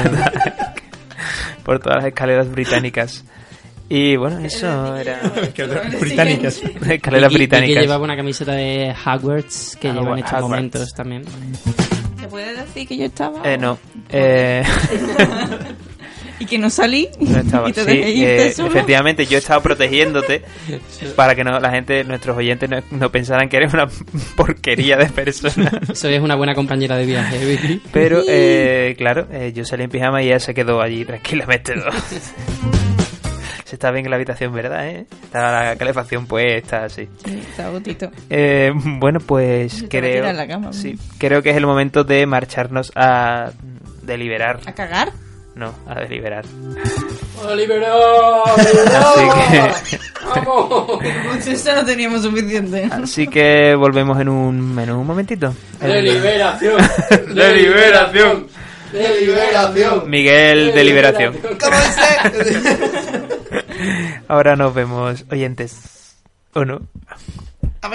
por todas las escaleras británicas. Y bueno, eso era escaleras británicas. Y- y- Y que británicas. llevaba una camiseta de Hogwarts que lleva en estos Hogwarts. momentos también. ¿Se puede decir que yo estaba? Eh, no. Eh, Y que no salí. no estaba. Y te Sí, dejé irte eh, solo. efectivamente, yo estaba protegiéndote para que no, la gente, nuestros oyentes, no, no pensaran que eres una porquería de persona. Soy una buena compañera de viaje, ¿eh, Vicky? Pero, eh, claro, eh, yo salí en pijama y ella se quedó allí tranquilamente. ¿no? se está bien en la habitación, ¿verdad? Eh? Estaba la calefacción puesta, así. Sí, estaba gotito. Eh, bueno, pues Se te va a creo, tirar la cama. sí, creo que es el momento de marcharnos a deliberar. ¿A cagar? No, a deliberar. ¡Olivero! Así que, ¡Vamos! Con esto no teníamos suficiente. Ah, así que volvemos en un, en un momentito. liberación! De liberación. ¡De liberación! Miguel, deliberación. Ahora nos vemos, oyentes. ¿O no? Ah,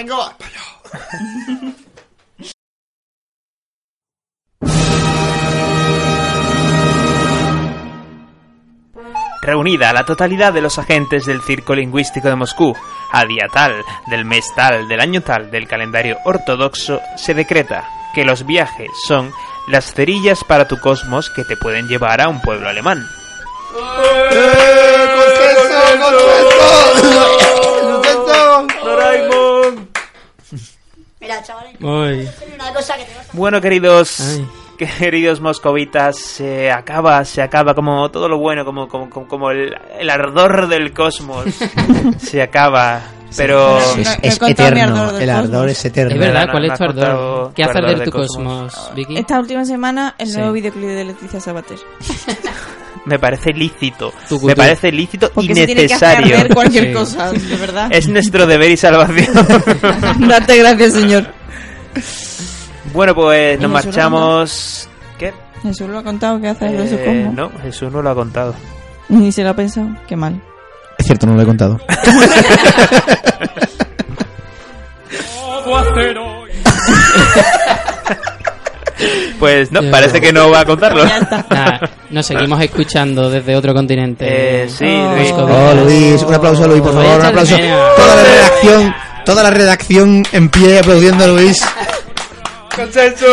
Reunida la totalidad de los agentes del Circo Lingüístico de Moscú, a día tal, del mes tal, del año tal, del calendario ortodoxo, se decreta que los viajes son las cerillas para tu cosmos que te pueden llevar a un pueblo alemán. Mira, chaval, Uy. una cosa que te vas a... Bueno, queridos, Ay. queridos moscovitas, se acaba, se acaba como todo lo bueno, como, como, como, como el, el ardor del cosmos. se acaba, pero... Sí, Es, No, es he contado mi eterno, ardor del el ardor cosmos. es eterno. Es verdad, verdad, no, ¿cuál no es has tu contado ardor? ¿Qué tu hacer ardor de del tu cosmos. cosmos, Vicky? Esta última semana, el Sí. nuevo videoclip de Leticia Sabater. Me parece lícito, Tu me cultura. parece lícito y Porque se tiene que necesario. hacer cualquier Sí. Eh, cosa, de verdad. Es nuestro deber y salvación. Date gracias, señor. bueno, pues Y nos Jesús marchamos... ¿Qué? Jesús lo ha contado que hace Eh, eso como. no, Jesús no lo ha contado. Ni se lo ha pensado. Qué mal. Es cierto, no lo he contado. Pues no, Ya. parece que no va a contarlo. Ya está. Nada, nos seguimos escuchando desde otro continente. Eh, sí, Oh. Luis. Oh, Luis, un aplauso a Luis, por Pues Voy a favor, un echar de aplauso. menos. Toda la redacción, toda la redacción en pie aplaudiendo a Luis. ¡Consenso!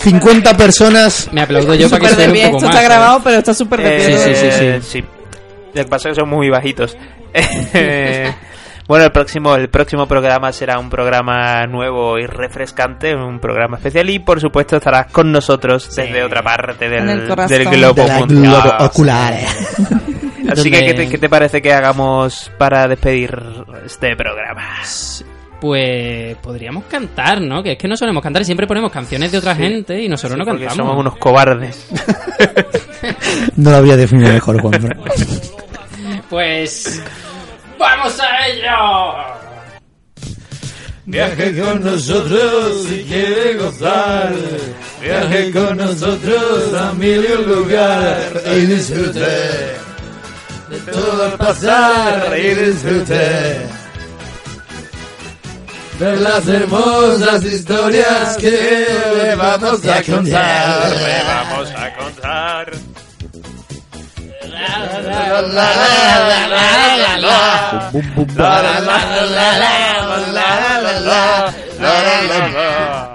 50 personas. Me aplaudo yo para que Súper de sea un pie. poco Esto más. ¿eh? está ¿sabes? grabado, pero está súper de pie. Eh, sí, sí, sí. Lo que pasa es que son muy bajitos. Eh, bueno, el próximo, el próximo programa será un programa nuevo y refrescante, un programa especial y por supuesto estarás con nosotros desde otra parte del, En el corazón. del globo de la mundial. globo ocular. Así que, ¿qué te, Donde- qué te parece que hagamos para despedir este programa? Pues podríamos cantar, ¿no? Que es que no solemos cantar, siempre ponemos canciones de otra gente y nosotros no Porque cantamos. somos unos cobardes. No lo había definido mejor, Juan. Fran. Pues... ¡Vamos a ello! Viaje con nosotros si quiere gozar. Viaje con nosotros a mil y un lugar y disfrute de todo el pasar y disfrute. De las hermosas historias que le vamos a contar. Le vamos a contar. La, la, la, la, la, la. La, la, la, la, la, la, la, la, la, la, la, la, la.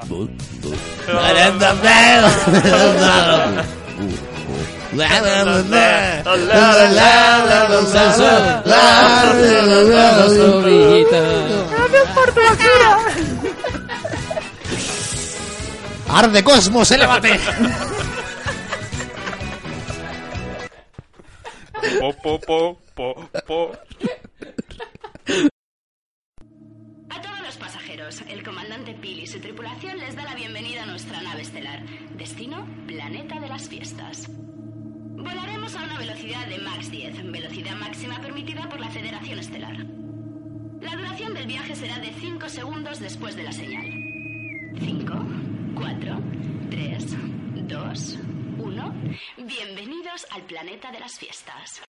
¡Arde Cosmos, elévate! Po, po, po, po, po. A todos los pasajeros, el comandante Pil y su tripulación les da la bienvenida a nuestra nave estelar. Destino, planeta de las fiestas. Volaremos a una velocidad de Max 10, velocidad máxima permitida por la Federación Estelar. La duración del viaje será de 5 segundos después de la señal. 5, 4, 3, 2, 1. Bienvenidos al planeta de las fiestas.